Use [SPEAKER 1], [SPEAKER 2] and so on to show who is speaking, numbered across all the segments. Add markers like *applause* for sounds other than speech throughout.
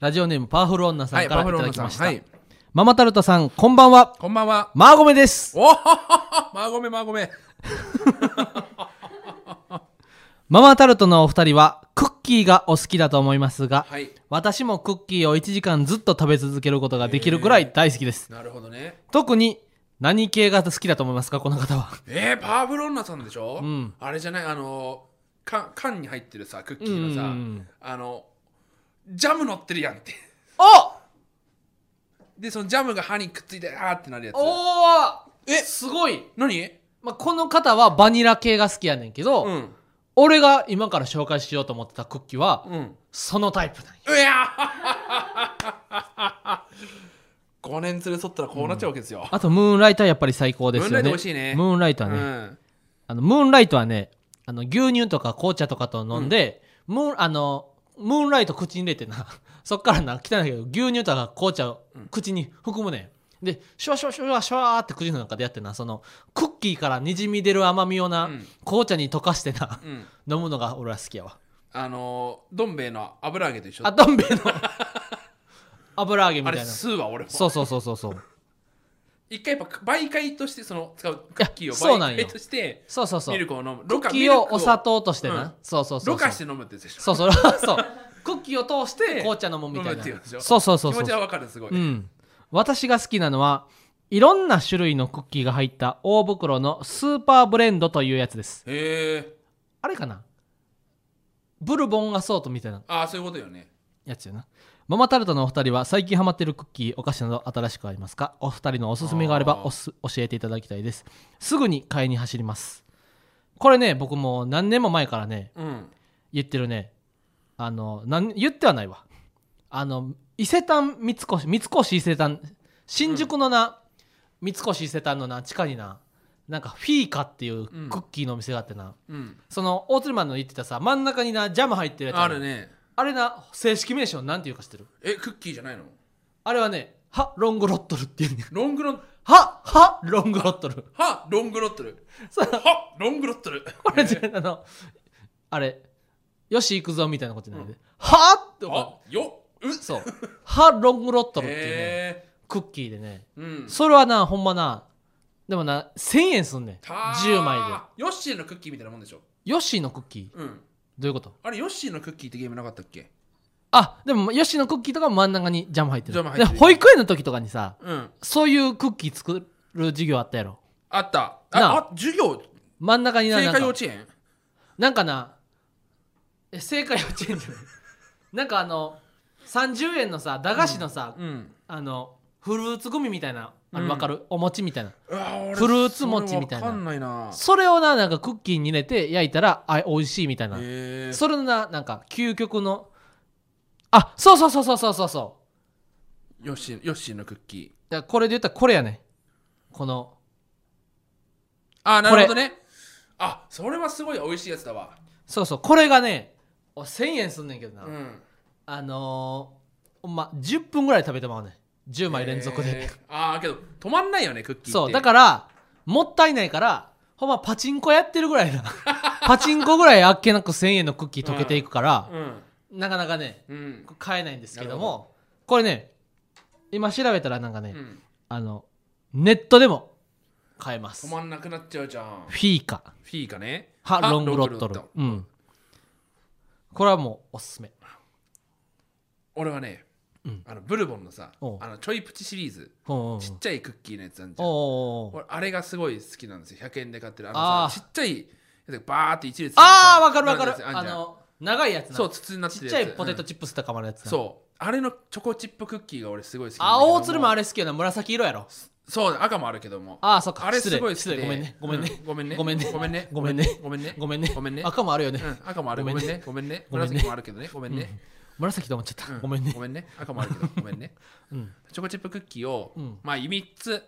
[SPEAKER 1] ラジオネームパワフル女さ
[SPEAKER 2] は
[SPEAKER 1] ん
[SPEAKER 2] い、
[SPEAKER 1] か
[SPEAKER 2] パ
[SPEAKER 1] ら
[SPEAKER 2] フ
[SPEAKER 1] い
[SPEAKER 2] ロ
[SPEAKER 1] ただ
[SPEAKER 2] ーノ
[SPEAKER 1] き
[SPEAKER 2] さん。
[SPEAKER 1] ました、
[SPEAKER 2] はい。
[SPEAKER 1] ママタルトさんこんばんは
[SPEAKER 2] こんばんは。
[SPEAKER 1] マーゴメです
[SPEAKER 2] *laughs* おおまごめまごめ。
[SPEAKER 1] ママタルトのお二人はクッキーがお好きだと思いますが、
[SPEAKER 2] はい。
[SPEAKER 1] 私もクッキーを1時間ずっと食べ続けることができるぐらい大好きです、
[SPEAKER 2] なるほどね。
[SPEAKER 1] 特に何系が好きだと思いますかこの方は
[SPEAKER 2] えー、パーブロンナさんでしょ、
[SPEAKER 1] ん
[SPEAKER 2] あれじゃないあの缶缶に入ってるさクッキーの
[SPEAKER 1] う
[SPEAKER 2] さ
[SPEAKER 1] ん
[SPEAKER 2] あのジャム乗ってるやんって *laughs*
[SPEAKER 1] お
[SPEAKER 2] でそのジャムが歯にくっついてあーってなるやつ
[SPEAKER 1] お
[SPEAKER 2] え
[SPEAKER 1] すごい、
[SPEAKER 2] 何
[SPEAKER 1] まあ、この方はバニラ系が好きやねんけど、
[SPEAKER 2] うん
[SPEAKER 1] 俺が今から紹介しようと思ってたクッキーは、
[SPEAKER 2] うん
[SPEAKER 1] そのタイプなんや
[SPEAKER 2] う *laughs* や5年連れ添ったらこうなっちゃうわけですよ、
[SPEAKER 1] あとムーンライトはやっぱり最高ですよね
[SPEAKER 2] ムーンライト美味しいね
[SPEAKER 1] ムーンライト
[SPEAKER 2] う
[SPEAKER 1] は
[SPEAKER 2] ん
[SPEAKER 1] ね、あのムーンライトはねあの牛乳とか紅茶とかと飲んで、ムーンあのムーンライト口に入れてな *laughs* そっからな汚いけど牛乳とか紅茶を口に含むねん、でシュワシュワシュワシュワーって口の中でやってなそのクッキーからにじみ出る甘みをな、
[SPEAKER 2] うん
[SPEAKER 1] 紅茶に溶かしてな、
[SPEAKER 2] うん
[SPEAKER 1] 飲むのが俺は好きやわ
[SPEAKER 2] あのーどん兵衛の油揚げと一緒
[SPEAKER 1] あどん兵衛
[SPEAKER 2] *laughs*
[SPEAKER 1] の油揚げみ
[SPEAKER 2] あ
[SPEAKER 1] たい
[SPEAKER 2] れ
[SPEAKER 1] な
[SPEAKER 2] 吸うわ俺も
[SPEAKER 1] そうそうそうそうそう
[SPEAKER 2] 一回やっぱ媒介としてその使うクッキー
[SPEAKER 1] いやそう
[SPEAKER 2] を
[SPEAKER 1] なんよ
[SPEAKER 2] 媒介として
[SPEAKER 1] そうそうそう
[SPEAKER 2] ミル
[SPEAKER 1] ク
[SPEAKER 2] クを飲む
[SPEAKER 1] ッキーをお砂
[SPEAKER 2] 糖
[SPEAKER 1] 糖としてな、
[SPEAKER 2] うん
[SPEAKER 1] そうそうそうそう
[SPEAKER 2] ろ過して飲むってやつでしょ
[SPEAKER 1] そうそうそう
[SPEAKER 2] *laughs*
[SPEAKER 1] クッキーを通して
[SPEAKER 2] で
[SPEAKER 1] 紅茶飲むみたい
[SPEAKER 2] 飲む
[SPEAKER 1] な
[SPEAKER 2] っていうでしょ
[SPEAKER 1] そうそうそう
[SPEAKER 2] 気
[SPEAKER 1] そ
[SPEAKER 2] 持
[SPEAKER 1] う
[SPEAKER 2] ちはわかるすごい、
[SPEAKER 1] うん、私が好きなのはいろんな種類のクッキーが入った大袋のスーパーブレンドというやつです
[SPEAKER 2] へえ
[SPEAKER 1] あれかなブルボンアソートみたいな
[SPEAKER 2] ああそういうことよね
[SPEAKER 1] やつよなママタルトのお二人は最近ハマってるクッキーお菓子など新しくありますかお二人のおすすめがあればおす教えていただきたいですすぐに買いに走りますこれね僕もう何年も前からね
[SPEAKER 2] うん
[SPEAKER 1] 言ってるねあのなん言ってはないわあの伊勢丹三越三越伊勢丹新宿のな、三越伊勢丹のな地下にななんかフィーカっていうク
[SPEAKER 2] うん
[SPEAKER 1] ッキーのお店があってな、
[SPEAKER 2] うん
[SPEAKER 1] その大鶴マンの言ってたさ真ん中になジャム入ってるやつ
[SPEAKER 2] あるね
[SPEAKER 1] あれな正式名称なんていうか知ってる
[SPEAKER 2] えクッキーじゃないの
[SPEAKER 1] あれはねハロングロットルっていうね
[SPEAKER 2] ロングロン
[SPEAKER 1] ハハロングロットル
[SPEAKER 2] はロングロットル
[SPEAKER 1] そう
[SPEAKER 2] はロングロットル
[SPEAKER 1] これであのあれよし行くぞみたいなことになるで、はっって思う
[SPEAKER 2] あよう
[SPEAKER 1] そうハロングロットルっていうね、
[SPEAKER 2] へえ
[SPEAKER 1] クッキーでね
[SPEAKER 2] うん
[SPEAKER 1] それはなほんまなでもな1000円すんねん10枚で
[SPEAKER 2] でヨッシーのクッキーみたいなもんでしょ
[SPEAKER 1] ヨッシーのクッキー
[SPEAKER 2] うん
[SPEAKER 1] どういうこと
[SPEAKER 2] あれヨッシーのクッキーってゲームなかったっけ
[SPEAKER 1] あでもヨッシーのクッキーとかも真ん中にジャム入ってる
[SPEAKER 2] ジャム入ってる
[SPEAKER 1] で保育園の時とかにさ
[SPEAKER 2] うん
[SPEAKER 1] そういうクッキー作る授業あったやろ
[SPEAKER 2] あった
[SPEAKER 1] なあ
[SPEAKER 2] ああ授業
[SPEAKER 1] 真ん中にな
[SPEAKER 2] 正
[SPEAKER 1] なん
[SPEAKER 2] 解
[SPEAKER 1] か
[SPEAKER 2] 幼稚園
[SPEAKER 1] なんかなえ正解幼稚園じゃないなんかあの30円のさ駄菓子のさ、
[SPEAKER 2] うん
[SPEAKER 1] あのフルーツグミみたいなあ
[SPEAKER 2] う
[SPEAKER 1] れ
[SPEAKER 2] ん
[SPEAKER 1] わかる、お餅みたいな
[SPEAKER 2] うわ俺
[SPEAKER 1] フルーツ餅みたいな
[SPEAKER 2] それわかんないな
[SPEAKER 1] それをななんかクッキーに入れて焼いたらあ美味しいみたいな
[SPEAKER 2] へえ
[SPEAKER 1] それのななんか究極のあそうそうそうそうそうそうそう
[SPEAKER 2] ヨッシーヨッシーのクッキー
[SPEAKER 1] だからこれで言ったらこれやねこの
[SPEAKER 2] あな
[SPEAKER 1] こ
[SPEAKER 2] る
[SPEAKER 1] れ
[SPEAKER 2] ほどねあそれはすごい美味しいやつだわ
[SPEAKER 1] そうそうこれがねお1000円すんねんけどな、
[SPEAKER 2] うん
[SPEAKER 1] あのー、ほんま10分ぐらい食べてまうねん10枚連続で、
[SPEAKER 2] えーああけど止まんないよねクッキーって
[SPEAKER 1] *laughs* そうだからもったいないからほんまパチンコやってるぐらいな *laughs* パチンコぐらいあっけなく1000円のクッキー溶けていくから、
[SPEAKER 2] うん
[SPEAKER 1] なかなかね
[SPEAKER 2] うん
[SPEAKER 1] 買えないんですけど
[SPEAKER 2] なる
[SPEAKER 1] もこれね今調べたらなんかね、
[SPEAKER 2] うん
[SPEAKER 1] あのネットでも買えます
[SPEAKER 2] 止
[SPEAKER 1] フ
[SPEAKER 2] まんなくなっちゃうじゃんフ
[SPEAKER 1] ィーカ
[SPEAKER 2] ィーかね
[SPEAKER 1] ハロングロットルうんこれはもうおすすめ
[SPEAKER 2] 俺はね
[SPEAKER 1] うん
[SPEAKER 2] あのブルボンのさ
[SPEAKER 1] おう
[SPEAKER 2] あのちょいプチシリーズ
[SPEAKER 1] おうおう
[SPEAKER 2] ちっちゃいクッキーのやつなんじゃん
[SPEAKER 1] おう
[SPEAKER 2] 俺あれがすごい好きなんですよ100円で買ってるあ
[SPEAKER 1] あ
[SPEAKER 2] の
[SPEAKER 1] ー
[SPEAKER 2] さちっちゃいやつバーって一列にさ
[SPEAKER 1] ああわかるわかる
[SPEAKER 2] なんやつ
[SPEAKER 1] あ
[SPEAKER 2] んじゃん
[SPEAKER 1] の長いやつな
[SPEAKER 2] そう筒になって
[SPEAKER 1] ち
[SPEAKER 2] る
[SPEAKER 1] っ
[SPEAKER 2] や
[SPEAKER 1] ちゃいポテ
[SPEAKER 2] う
[SPEAKER 1] ト
[SPEAKER 2] ん
[SPEAKER 1] チップスとかもあるやつな
[SPEAKER 2] そうあれのチョコチップクッキーが俺すごい好きなんだ
[SPEAKER 1] あ
[SPEAKER 2] けど
[SPEAKER 1] 大鶴もあれ好きよな紫色やろ
[SPEAKER 2] そう赤もあるけども
[SPEAKER 1] ああそっか
[SPEAKER 2] あれ
[SPEAKER 1] 失
[SPEAKER 2] す
[SPEAKER 1] 礼
[SPEAKER 2] ごい好き
[SPEAKER 1] 失礼
[SPEAKER 2] で
[SPEAKER 1] ごめんねごめんね
[SPEAKER 2] うんごめんね
[SPEAKER 1] ごめんね
[SPEAKER 2] ごめんね
[SPEAKER 1] ごめんね
[SPEAKER 2] ごめん
[SPEAKER 1] ごめんね
[SPEAKER 2] ねごめんね
[SPEAKER 1] 赤もあるよね
[SPEAKER 2] うん赤もある
[SPEAKER 1] ご
[SPEAKER 2] ご
[SPEAKER 1] め
[SPEAKER 2] め
[SPEAKER 1] ん
[SPEAKER 2] ん
[SPEAKER 1] ね
[SPEAKER 2] ねごめんね
[SPEAKER 1] ごめんね
[SPEAKER 2] 紫もあるけどねごめんね
[SPEAKER 1] 紫と思っちゃった
[SPEAKER 2] うん
[SPEAKER 1] ごめんね
[SPEAKER 2] ごめんね赤もあるけどごめんね
[SPEAKER 1] *laughs* うん
[SPEAKER 2] チョコチップクッキーを
[SPEAKER 1] うん
[SPEAKER 2] まあ3つ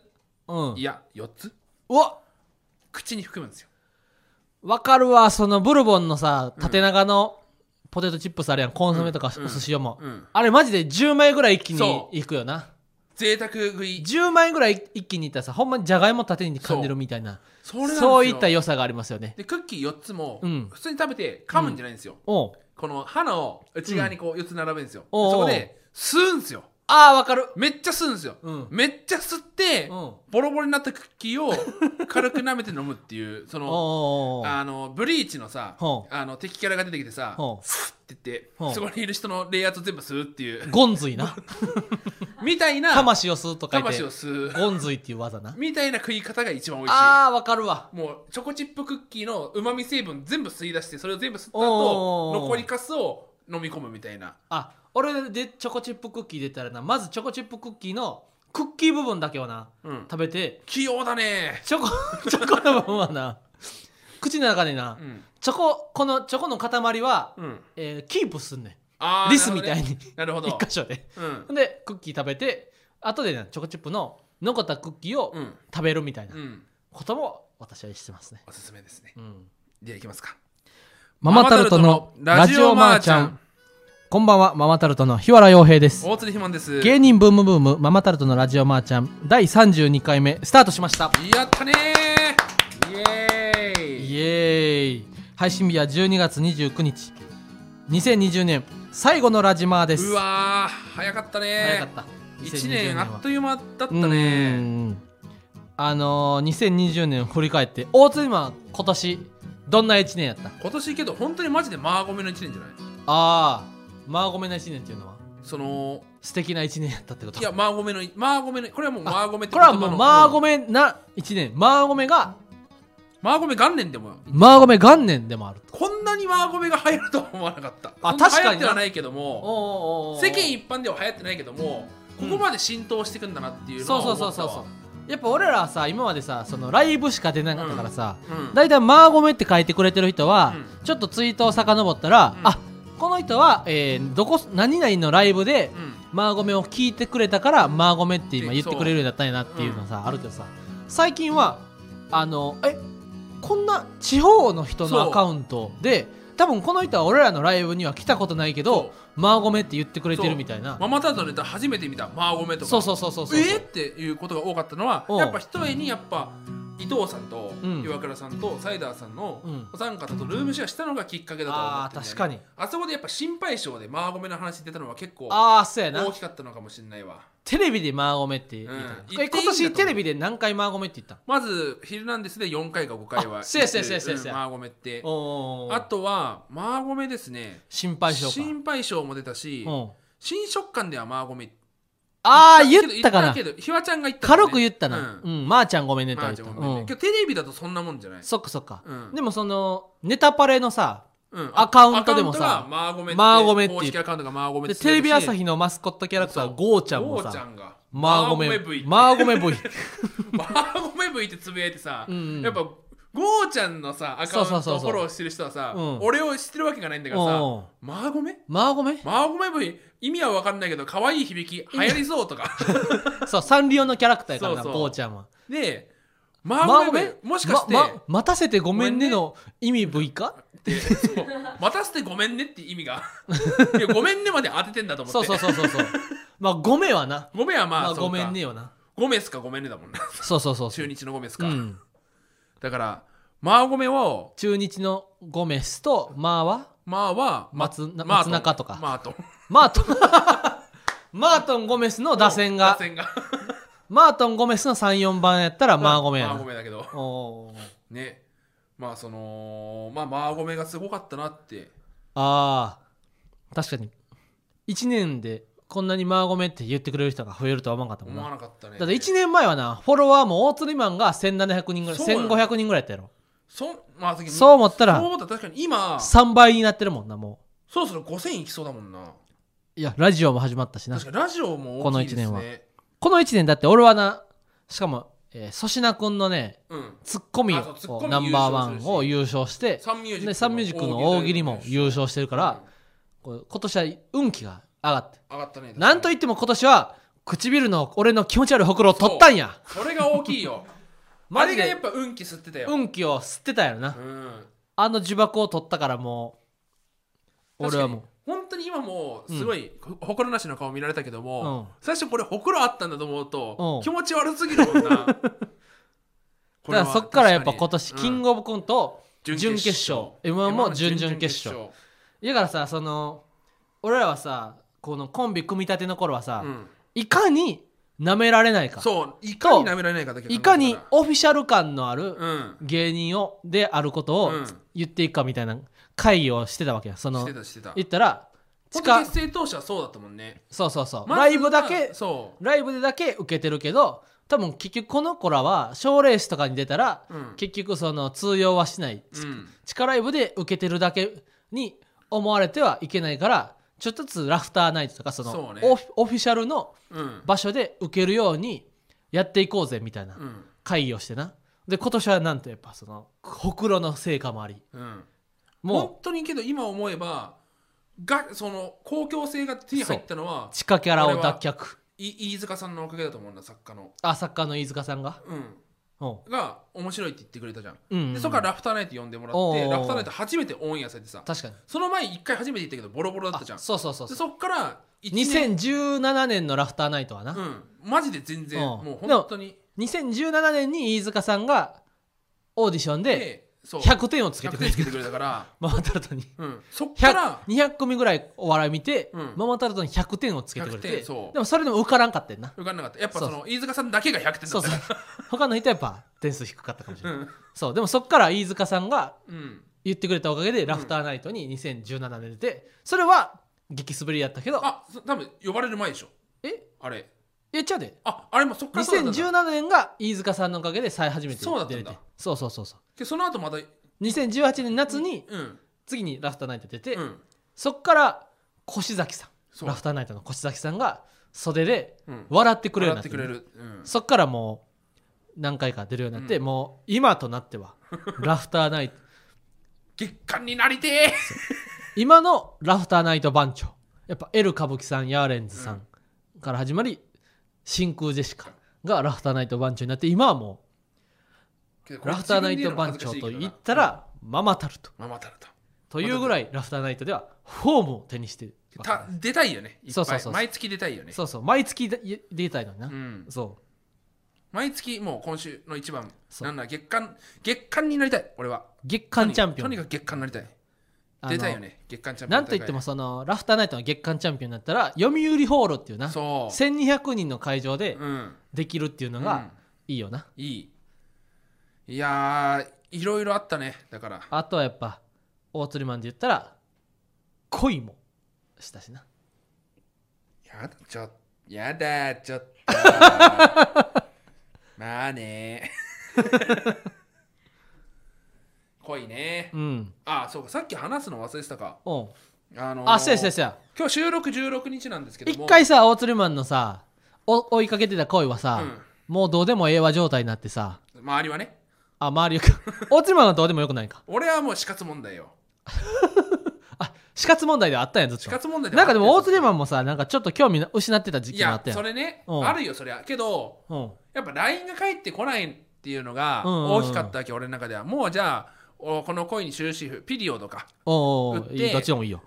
[SPEAKER 1] うん
[SPEAKER 2] いや4つ
[SPEAKER 1] うわっ
[SPEAKER 2] 口に含むんですよ
[SPEAKER 1] わかるわそのブルボンのさ縦長のポテトチップスあるやんコンソメとか
[SPEAKER 2] うん
[SPEAKER 1] お寿司用も、
[SPEAKER 2] うん
[SPEAKER 1] あれマジで10枚ぐらい一気に
[SPEAKER 2] そ
[SPEAKER 1] いくよな
[SPEAKER 2] 贅沢食い
[SPEAKER 1] 10枚ぐらい一気にいったらさほんまにじゃがいも縦に噛んでるみたいな
[SPEAKER 2] そ
[SPEAKER 1] そう
[SPEAKER 2] れなんですよ
[SPEAKER 1] いった良さがありますよね
[SPEAKER 2] でクッキー4つも
[SPEAKER 1] うん
[SPEAKER 2] 普通に食べて噛むんじゃないんですよ
[SPEAKER 1] おう
[SPEAKER 2] この歯の内側にこう4つ並べるんですよ
[SPEAKER 1] おうおう
[SPEAKER 2] そこで吸うんすよ
[SPEAKER 1] ああわかる
[SPEAKER 2] めっちゃ吸うんすよ、
[SPEAKER 1] うん
[SPEAKER 2] めっちゃ吸って、
[SPEAKER 1] うんお
[SPEAKER 2] ボロボロになったクッキーを *laughs* 軽く舐めて飲むっていうそ
[SPEAKER 1] ー
[SPEAKER 2] の
[SPEAKER 1] おー
[SPEAKER 2] あのブリーチのさ
[SPEAKER 1] ほ
[SPEAKER 2] あの敵キャラが出てきてさ
[SPEAKER 1] ほう
[SPEAKER 2] スッって言
[SPEAKER 1] ほ
[SPEAKER 2] っ
[SPEAKER 1] う
[SPEAKER 2] てそこにいる人のレイアウト全部吸うっていう
[SPEAKER 1] ゴンズイな
[SPEAKER 2] みたいな
[SPEAKER 1] 魂を吸うと書い
[SPEAKER 2] 魂
[SPEAKER 1] て
[SPEAKER 2] を吸う
[SPEAKER 1] ゴンズイっていう技な
[SPEAKER 2] みたいな食い方が一番美味しい
[SPEAKER 1] ああわかるわ
[SPEAKER 2] もうチョコチップクッキーのうまみ成分全部吸い出してそれを全部吸った
[SPEAKER 1] お
[SPEAKER 2] 後
[SPEAKER 1] ー
[SPEAKER 2] 残りかすを飲み込むみたいな
[SPEAKER 1] あ俺でチョコチップクッキー出たらなまずチョコチップクッキーのクッキー部分だけをな
[SPEAKER 2] うん
[SPEAKER 1] 食べて
[SPEAKER 2] 器用だね
[SPEAKER 1] チョコ *laughs* チョコの部分はな口の中でな、
[SPEAKER 2] うん
[SPEAKER 1] チョコこのチョコの塊は、
[SPEAKER 2] うん
[SPEAKER 1] えーキープすんね
[SPEAKER 2] あ
[SPEAKER 1] ん
[SPEAKER 2] ー
[SPEAKER 1] リスみたいに
[SPEAKER 2] なるほどね
[SPEAKER 1] 一箇所で
[SPEAKER 2] なるほど
[SPEAKER 1] でクッキー食べて後でなチョコチップの残ったクッキーを
[SPEAKER 2] うんうん
[SPEAKER 1] 食べるみたいな
[SPEAKER 2] うん
[SPEAKER 1] ことも私はしてますね、
[SPEAKER 2] おすすめですね
[SPEAKER 1] うん、
[SPEAKER 2] ではいきますか
[SPEAKER 1] ママタルトのラジオマーちゃ
[SPEAKER 2] ラジオマ
[SPEAKER 1] んこんばんはママタルトの日原洋平です
[SPEAKER 2] 大鶴ひまんです
[SPEAKER 1] 芸人ブームブームママタルトのラジオマーちゃん第32回目スタートしました
[SPEAKER 2] やったねーイエーイ
[SPEAKER 1] イエーイ配信日は12月29日2020年最後のラジマーです
[SPEAKER 2] うわー早かった
[SPEAKER 1] 早か
[SPEAKER 2] ね
[SPEAKER 1] った
[SPEAKER 2] 一年あっと
[SPEAKER 1] い
[SPEAKER 2] いう間だったね
[SPEAKER 1] あのー、2020年を振り返って大津今今年どんな1年やった
[SPEAKER 2] 今年けど本当にマジでマーゴメの一年じゃない
[SPEAKER 1] あーマーゴメな1年っていうのは
[SPEAKER 2] その
[SPEAKER 1] 素敵な1年やったってこと
[SPEAKER 2] いやマーゴメのマーゴメのこれはもうマーゴメって
[SPEAKER 1] これはもうマーゴ
[SPEAKER 2] メ
[SPEAKER 1] メな1年マーゴメが
[SPEAKER 2] マーゴメ元年でも
[SPEAKER 1] マーゴメ元年でもあると
[SPEAKER 2] こんなにマーゴメが流行るとは思わなかった
[SPEAKER 1] あ
[SPEAKER 2] そんな
[SPEAKER 1] 確かにな
[SPEAKER 2] 流行ってはないけども
[SPEAKER 1] お
[SPEAKER 2] 世間一般では流行ってないけどもここまで浸透していくんだなっていうの
[SPEAKER 1] そう
[SPEAKER 2] は
[SPEAKER 1] そ
[SPEAKER 2] 思
[SPEAKER 1] う
[SPEAKER 2] った
[SPEAKER 1] そ
[SPEAKER 2] わ
[SPEAKER 1] うそうそうやっぱ俺らはさ今までさそのライブしか出なかったからさ、
[SPEAKER 2] うん
[SPEAKER 1] だいたいマーゴメって書いてくれてる人は、
[SPEAKER 2] う
[SPEAKER 1] ちょっとツイートを遡ったら、
[SPEAKER 2] うん
[SPEAKER 1] あこの人は、えーどこ何々のライブで、
[SPEAKER 2] うん
[SPEAKER 1] マーゴメを聞いてくれたからマーゴメって今
[SPEAKER 2] で
[SPEAKER 1] 言ってくれるようになったんやなっていうのさ、あるけどさ最近はあのえこんな地方の人の
[SPEAKER 2] そう
[SPEAKER 1] アカウントで多分この人は俺らのライブには来たことないけどマーゴメって言ってくれてるみたいな
[SPEAKER 2] ママタルトのネタ初めて見たマーゴメとか
[SPEAKER 1] そうそうそうそうそう
[SPEAKER 2] えーっていうことが多かったのは
[SPEAKER 1] うん
[SPEAKER 2] やっぱひとえにやっぱ伊藤さんと
[SPEAKER 1] うん
[SPEAKER 2] 岩倉さんとサイダーさんの
[SPEAKER 1] うん
[SPEAKER 2] お三方とルームシェアしたのがきっかけだとは思
[SPEAKER 1] あ
[SPEAKER 2] って
[SPEAKER 1] ー
[SPEAKER 2] んだよね
[SPEAKER 1] 確かに
[SPEAKER 2] あそこでやっぱ心配性でマーゴメの話出たのは結構
[SPEAKER 1] ああそうやな
[SPEAKER 2] 大きかったのかもしれないわ
[SPEAKER 1] テレビでマーゴメって言ったの、
[SPEAKER 2] うん
[SPEAKER 1] え今年テレビで何回マーゴメって言ったの
[SPEAKER 2] まず「ヒルナンデス」で4回か5回は
[SPEAKER 1] あせやせやせやせやせや
[SPEAKER 2] うんマーゴメって
[SPEAKER 1] おー
[SPEAKER 2] あとはマーゴメですね
[SPEAKER 1] 心配性か
[SPEAKER 2] 心配性も出たし
[SPEAKER 1] うん、
[SPEAKER 2] 新食感ではマーゴメ
[SPEAKER 1] ああ言ったかな
[SPEAKER 2] けどひわちゃんが言ったんだね
[SPEAKER 1] 軽く言ったな、
[SPEAKER 2] う
[SPEAKER 1] うんんまー、ちゃんごめんねって言
[SPEAKER 2] まあ
[SPEAKER 1] っ
[SPEAKER 2] じ
[SPEAKER 1] た、
[SPEAKER 2] ゃあごめんね
[SPEAKER 1] うん
[SPEAKER 2] けどテレビだとそんなもんじゃない
[SPEAKER 1] そっかそっか、
[SPEAKER 2] うん
[SPEAKER 1] でもそのネタパレのさ
[SPEAKER 2] うん
[SPEAKER 1] アカウントでもさ
[SPEAKER 2] アカウントがマーゴメ
[SPEAKER 1] マーゴメって
[SPEAKER 2] 公式アカウントがマーゴメ
[SPEAKER 1] でテレビ朝
[SPEAKER 2] 日
[SPEAKER 1] 日のマスコットキャラクターゴーちゃんも
[SPEAKER 2] ちゃ
[SPEAKER 1] さ
[SPEAKER 2] んが
[SPEAKER 1] マーゴメ
[SPEAKER 2] マーゴメ V
[SPEAKER 1] マーゴメ
[SPEAKER 2] *laughs*
[SPEAKER 1] V
[SPEAKER 2] マーゴメ V ってつぶやいてさ、
[SPEAKER 1] うん
[SPEAKER 2] やっぱゴーちゃんのさアカウント
[SPEAKER 1] そうそうそ
[SPEAKER 2] を
[SPEAKER 1] う
[SPEAKER 2] フ
[SPEAKER 1] そう
[SPEAKER 2] ォローしてる人はさ、
[SPEAKER 1] うん
[SPEAKER 2] 俺を知ってるわけがないんだからさ、
[SPEAKER 1] うん
[SPEAKER 2] マーゴメ
[SPEAKER 1] マーゴメ
[SPEAKER 2] マーゴメ V 意味は分かんないけど可愛い響き流行りそうとか
[SPEAKER 1] そうサンリオのキャラクターやからな
[SPEAKER 2] そうそう
[SPEAKER 1] ゴーちゃんは
[SPEAKER 2] でマーゴメ V
[SPEAKER 1] マーゴ
[SPEAKER 2] もしかして、
[SPEAKER 1] まま待たせてごめんねの意味 V か
[SPEAKER 2] ってそう待たせてごめんねって意
[SPEAKER 1] *laughs*
[SPEAKER 2] 味がいやごめんねまで当ててんだと思って
[SPEAKER 1] そうそうそうそうそうまあごめはな
[SPEAKER 2] ごめんはまあ、
[SPEAKER 1] まあ
[SPEAKER 2] そうか
[SPEAKER 1] ごめんねよな
[SPEAKER 2] ゴメスかごめんねだもんな
[SPEAKER 1] *laughs* そうそうそうそ
[SPEAKER 2] 中
[SPEAKER 1] う
[SPEAKER 2] 日のゴメス
[SPEAKER 1] う
[SPEAKER 2] か、
[SPEAKER 1] ん
[SPEAKER 2] だからマーゴメを
[SPEAKER 1] 中日のゴメスとマーは
[SPEAKER 2] マーは
[SPEAKER 1] 松な
[SPEAKER 2] マー
[SPEAKER 1] 松中とか
[SPEAKER 2] マートン
[SPEAKER 1] マートンマートン・ゴメス *laughs* の打線が
[SPEAKER 2] 打線が
[SPEAKER 1] マートン・ゴメスの34番やったらマーゴメや
[SPEAKER 2] マーゴ
[SPEAKER 1] な
[SPEAKER 2] メだけど
[SPEAKER 1] おー
[SPEAKER 2] ねまあそのまあマーゴメがすごかったなって
[SPEAKER 1] あー確かに1年でこんなにマーゴメって言ってくれる人が増えるとは思わなかったもん
[SPEAKER 2] 思わ
[SPEAKER 1] な
[SPEAKER 2] なかったね
[SPEAKER 1] だって1年前はなフォロワーも大鶴マンが1700人ぐらい
[SPEAKER 2] そうよ
[SPEAKER 1] 1500人ぐらいやったやろ
[SPEAKER 2] そまあ次
[SPEAKER 1] そう思った
[SPEAKER 2] そう
[SPEAKER 1] ら
[SPEAKER 2] 思ったら確かに今そ
[SPEAKER 1] 3倍になってるもんなも
[SPEAKER 2] ろそろ5000いきそうだもんな
[SPEAKER 1] ういやラジオも始まったしな
[SPEAKER 2] 確かにラジオも
[SPEAKER 1] この
[SPEAKER 2] 大
[SPEAKER 1] 一
[SPEAKER 2] きいです
[SPEAKER 1] 年は
[SPEAKER 2] ね
[SPEAKER 1] この1年だって俺はなしかもえー粗品君のね
[SPEAKER 2] うん
[SPEAKER 1] ツッコミ
[SPEAKER 2] あそうツッコ
[SPEAKER 1] を
[SPEAKER 2] ミ
[SPEAKER 1] ナンバーワンを優勝して
[SPEAKER 2] サンミュージック
[SPEAKER 1] でサンミュージックの大喜利も優勝してるから
[SPEAKER 2] うん
[SPEAKER 1] こう今年は運気が上がって
[SPEAKER 2] 上がったね
[SPEAKER 1] なんと
[SPEAKER 2] い
[SPEAKER 1] いっても今年は唇の俺の気持ち悪いほくろを取ったんや
[SPEAKER 2] それが大きいよあ
[SPEAKER 1] *laughs* マ
[SPEAKER 2] れ
[SPEAKER 1] ジ
[SPEAKER 2] がや
[SPEAKER 1] で
[SPEAKER 2] っぱ運気吸ってたよ
[SPEAKER 1] 運気を吸ってたやろな
[SPEAKER 2] うん
[SPEAKER 1] あの呪縛を取ったからもう俺はもう
[SPEAKER 2] 確かに本当に今もうすごい、ほほこらなしの顔見られたけども、
[SPEAKER 1] うん
[SPEAKER 2] 最初これほくろあったんだと思うと、
[SPEAKER 1] うん
[SPEAKER 2] 気持ち悪すぎる
[SPEAKER 1] *laughs*
[SPEAKER 2] もんなこれ
[SPEAKER 1] だ
[SPEAKER 2] は
[SPEAKER 1] からそっからやっぱ今
[SPEAKER 2] 確
[SPEAKER 1] 年
[SPEAKER 2] かに
[SPEAKER 1] キングオブコント
[SPEAKER 2] うん
[SPEAKER 1] 準決勝 M1 も準々決勝だからさその俺らはさこのコンビ組み立ての頃はさ、
[SPEAKER 2] うん、
[SPEAKER 1] いかに舐められないか
[SPEAKER 2] そういかに舐められないかだけ考え
[SPEAKER 1] い
[SPEAKER 2] たら
[SPEAKER 1] かにオフィシャル感のある
[SPEAKER 2] うん
[SPEAKER 1] 芸人をであることを
[SPEAKER 2] うん
[SPEAKER 1] 言っていくかみたいな会議をしてたわけよそ
[SPEAKER 2] し
[SPEAKER 1] の
[SPEAKER 2] てたしてた
[SPEAKER 1] 言ったら
[SPEAKER 2] ポッ
[SPEAKER 1] 地
[SPEAKER 2] ド
[SPEAKER 1] 下
[SPEAKER 2] 結成当初はそうだったもんね
[SPEAKER 1] そうそうそう、
[SPEAKER 2] まずは
[SPEAKER 1] ライブだけ
[SPEAKER 2] そ
[SPEAKER 1] ライブでだけ受けてるけど多分結局この子らは賞ーレースとかに出たら、
[SPEAKER 2] ううん
[SPEAKER 1] 結局その通用はしない、
[SPEAKER 2] うん
[SPEAKER 1] 地下ライブで受けてるだけに思われてはいけないからちょっとずつラフターナイトとかその
[SPEAKER 2] そうね
[SPEAKER 1] オフオフィシャルの
[SPEAKER 2] うん
[SPEAKER 1] 場所で受けるようにやっていこうぜみたいな
[SPEAKER 2] うん
[SPEAKER 1] 会議をしてなで今年はなんとやっぱそのほくろの成果もあり
[SPEAKER 2] うん本
[SPEAKER 1] も
[SPEAKER 2] 当にけど今思えばがその公共性が手に入ったのは
[SPEAKER 1] う地下キャラを脱却
[SPEAKER 2] い飯塚さんのおかげだと思うんだ作家の
[SPEAKER 1] あサッカーの飯塚さんが
[SPEAKER 2] うん
[SPEAKER 1] うん
[SPEAKER 2] が面白いって言ってくれたじゃん
[SPEAKER 1] うん、
[SPEAKER 2] でそこからラフターナイト呼んでもら
[SPEAKER 1] お
[SPEAKER 2] っ
[SPEAKER 1] ー
[SPEAKER 2] てラフターナイト初めてオンエアされてさ
[SPEAKER 1] 確かに
[SPEAKER 2] その前一回初めて行ったけどボロボロだったじゃん
[SPEAKER 1] あそうそうそう
[SPEAKER 2] で
[SPEAKER 1] そう
[SPEAKER 2] そっから一年
[SPEAKER 1] 2017年のラフターナイトはな、
[SPEAKER 2] うんマジで全然
[SPEAKER 1] うん
[SPEAKER 2] もう本当に
[SPEAKER 1] 2017年に飯塚さんがオーディションで
[SPEAKER 2] でそう
[SPEAKER 1] 100点をつけてく
[SPEAKER 2] 100点
[SPEAKER 1] れ
[SPEAKER 2] つ
[SPEAKER 1] て
[SPEAKER 2] けてくれ
[SPEAKER 1] *laughs*
[SPEAKER 2] たから
[SPEAKER 1] ママタルトに
[SPEAKER 2] うんそっから
[SPEAKER 1] 200組ぐらいお笑い見て、
[SPEAKER 2] うん
[SPEAKER 1] ママタルトに100点をつけてくれ
[SPEAKER 2] 100
[SPEAKER 1] て
[SPEAKER 2] 点そう
[SPEAKER 1] でもそれでも受からんかった
[SPEAKER 2] *laughs*
[SPEAKER 1] よな
[SPEAKER 2] 受かんなかったやっぱその飯塚さんだけが100点だった
[SPEAKER 1] そうそう他の人はやっぱ点数低かったかもしれ
[SPEAKER 2] う
[SPEAKER 1] ない、
[SPEAKER 2] ん
[SPEAKER 1] そうでもそっから飯塚さんが
[SPEAKER 2] うん
[SPEAKER 1] 言ってくれたおかげでラフターナイトに2017年出てそれは激滑りやったけど
[SPEAKER 2] あそ多分呼ばれる前でしょ
[SPEAKER 1] え
[SPEAKER 2] あれ
[SPEAKER 1] えちゃうで
[SPEAKER 2] ああれもそっからそうだったんだ
[SPEAKER 1] 2017年が飯塚さんのおかげで再初めて
[SPEAKER 2] そうだった
[SPEAKER 1] 出れ
[SPEAKER 2] んだ
[SPEAKER 1] てそうそうそうそ
[SPEAKER 2] けどその後また
[SPEAKER 1] う2018年夏に
[SPEAKER 2] うん
[SPEAKER 1] 次にラフターナイト出て、
[SPEAKER 2] うん
[SPEAKER 1] そっから越崎さ
[SPEAKER 2] そ
[SPEAKER 1] ん
[SPEAKER 2] う
[SPEAKER 1] ラフターナイトの越崎さんが袖で
[SPEAKER 2] うん
[SPEAKER 1] 笑ってくれるように
[SPEAKER 2] 笑
[SPEAKER 1] なっ
[SPEAKER 2] っ
[SPEAKER 1] てて
[SPEAKER 2] くれるうん
[SPEAKER 1] そっからもう何回か出るようになって、
[SPEAKER 2] うん
[SPEAKER 1] もう今となって
[SPEAKER 2] *laughs*
[SPEAKER 1] はラフターナイト
[SPEAKER 2] 月間になりてー
[SPEAKER 1] 今のラフターナイト番長やっぱエル歌舞伎さんヤーレンズさんから始まり真空ジェシカがラフターナイト番長になって今はも
[SPEAKER 2] けどこ
[SPEAKER 1] う
[SPEAKER 2] れ
[SPEAKER 1] ラフターナイト番長と言ったらママタルト
[SPEAKER 2] ママタルト
[SPEAKER 1] というぐらいラフターナイトではフォームを手にしてるわけ
[SPEAKER 2] た出たいよねいっぱい
[SPEAKER 1] そうそうそう
[SPEAKER 2] 毎月出たいよね
[SPEAKER 1] そうそう毎月で出たいのにな、
[SPEAKER 2] うん
[SPEAKER 1] そ
[SPEAKER 2] 毎月もう今週の一番
[SPEAKER 1] そう
[SPEAKER 2] なんなら月間月間になりたい俺は
[SPEAKER 1] う月間チャンピオン
[SPEAKER 2] とにかく月間になりたい
[SPEAKER 1] あの
[SPEAKER 2] 出たいよね月間チャンピオ
[SPEAKER 1] な
[SPEAKER 2] ン
[SPEAKER 1] んといってもそのラフターナイトの月間チャンピオンになったら読売ホールっていうな
[SPEAKER 2] そう
[SPEAKER 1] 1200人の会場で
[SPEAKER 2] うん
[SPEAKER 1] できるっていうの
[SPEAKER 2] うん
[SPEAKER 1] がいいよな、
[SPEAKER 2] いいいやーいろいろあったねだから
[SPEAKER 1] あとはやっぱ大釣りマンで言ったら恋もしたしな
[SPEAKER 2] やだちょやだちょっ
[SPEAKER 1] *laughs*
[SPEAKER 2] とまあね *laughs* 濃いね
[SPEAKER 1] うん
[SPEAKER 2] あそうかさっき話すの忘れてたか
[SPEAKER 1] おう
[SPEAKER 2] あのー
[SPEAKER 1] あそうやそうやそうや
[SPEAKER 2] 今日収録16日なんですけども
[SPEAKER 1] 一回さ大釣りマンのさお追いかけてた恋はさ、もうどうでもええわ状態になってさ
[SPEAKER 2] 周りはね
[SPEAKER 1] あ周
[SPEAKER 2] *laughs*
[SPEAKER 1] りよく大釣りマンはどうでもよくないか
[SPEAKER 2] 俺はもう死活問題よ
[SPEAKER 1] あ死活問題ではあったんやずっ
[SPEAKER 2] 死
[SPEAKER 1] と
[SPEAKER 2] 活問題
[SPEAKER 1] なんかでも大釣り
[SPEAKER 2] ン
[SPEAKER 1] マンもさなんかちょっと興味な失ってた時
[SPEAKER 2] い
[SPEAKER 1] 期もあ
[SPEAKER 2] や
[SPEAKER 1] ったやん
[SPEAKER 2] それね
[SPEAKER 1] うん
[SPEAKER 2] あるよそりゃけど
[SPEAKER 1] うん
[SPEAKER 2] やっぱ LINE が返ってこないっていうのが
[SPEAKER 1] うんうんうん
[SPEAKER 2] 大きかったわけ、俺の中ではもうじゃあおこの恋に終止符ピリオドか
[SPEAKER 1] おうおう
[SPEAKER 2] 打っ
[SPEAKER 1] おう
[SPEAKER 2] て
[SPEAKER 1] いいどっちでもいい
[SPEAKER 2] *laughs*
[SPEAKER 1] よ。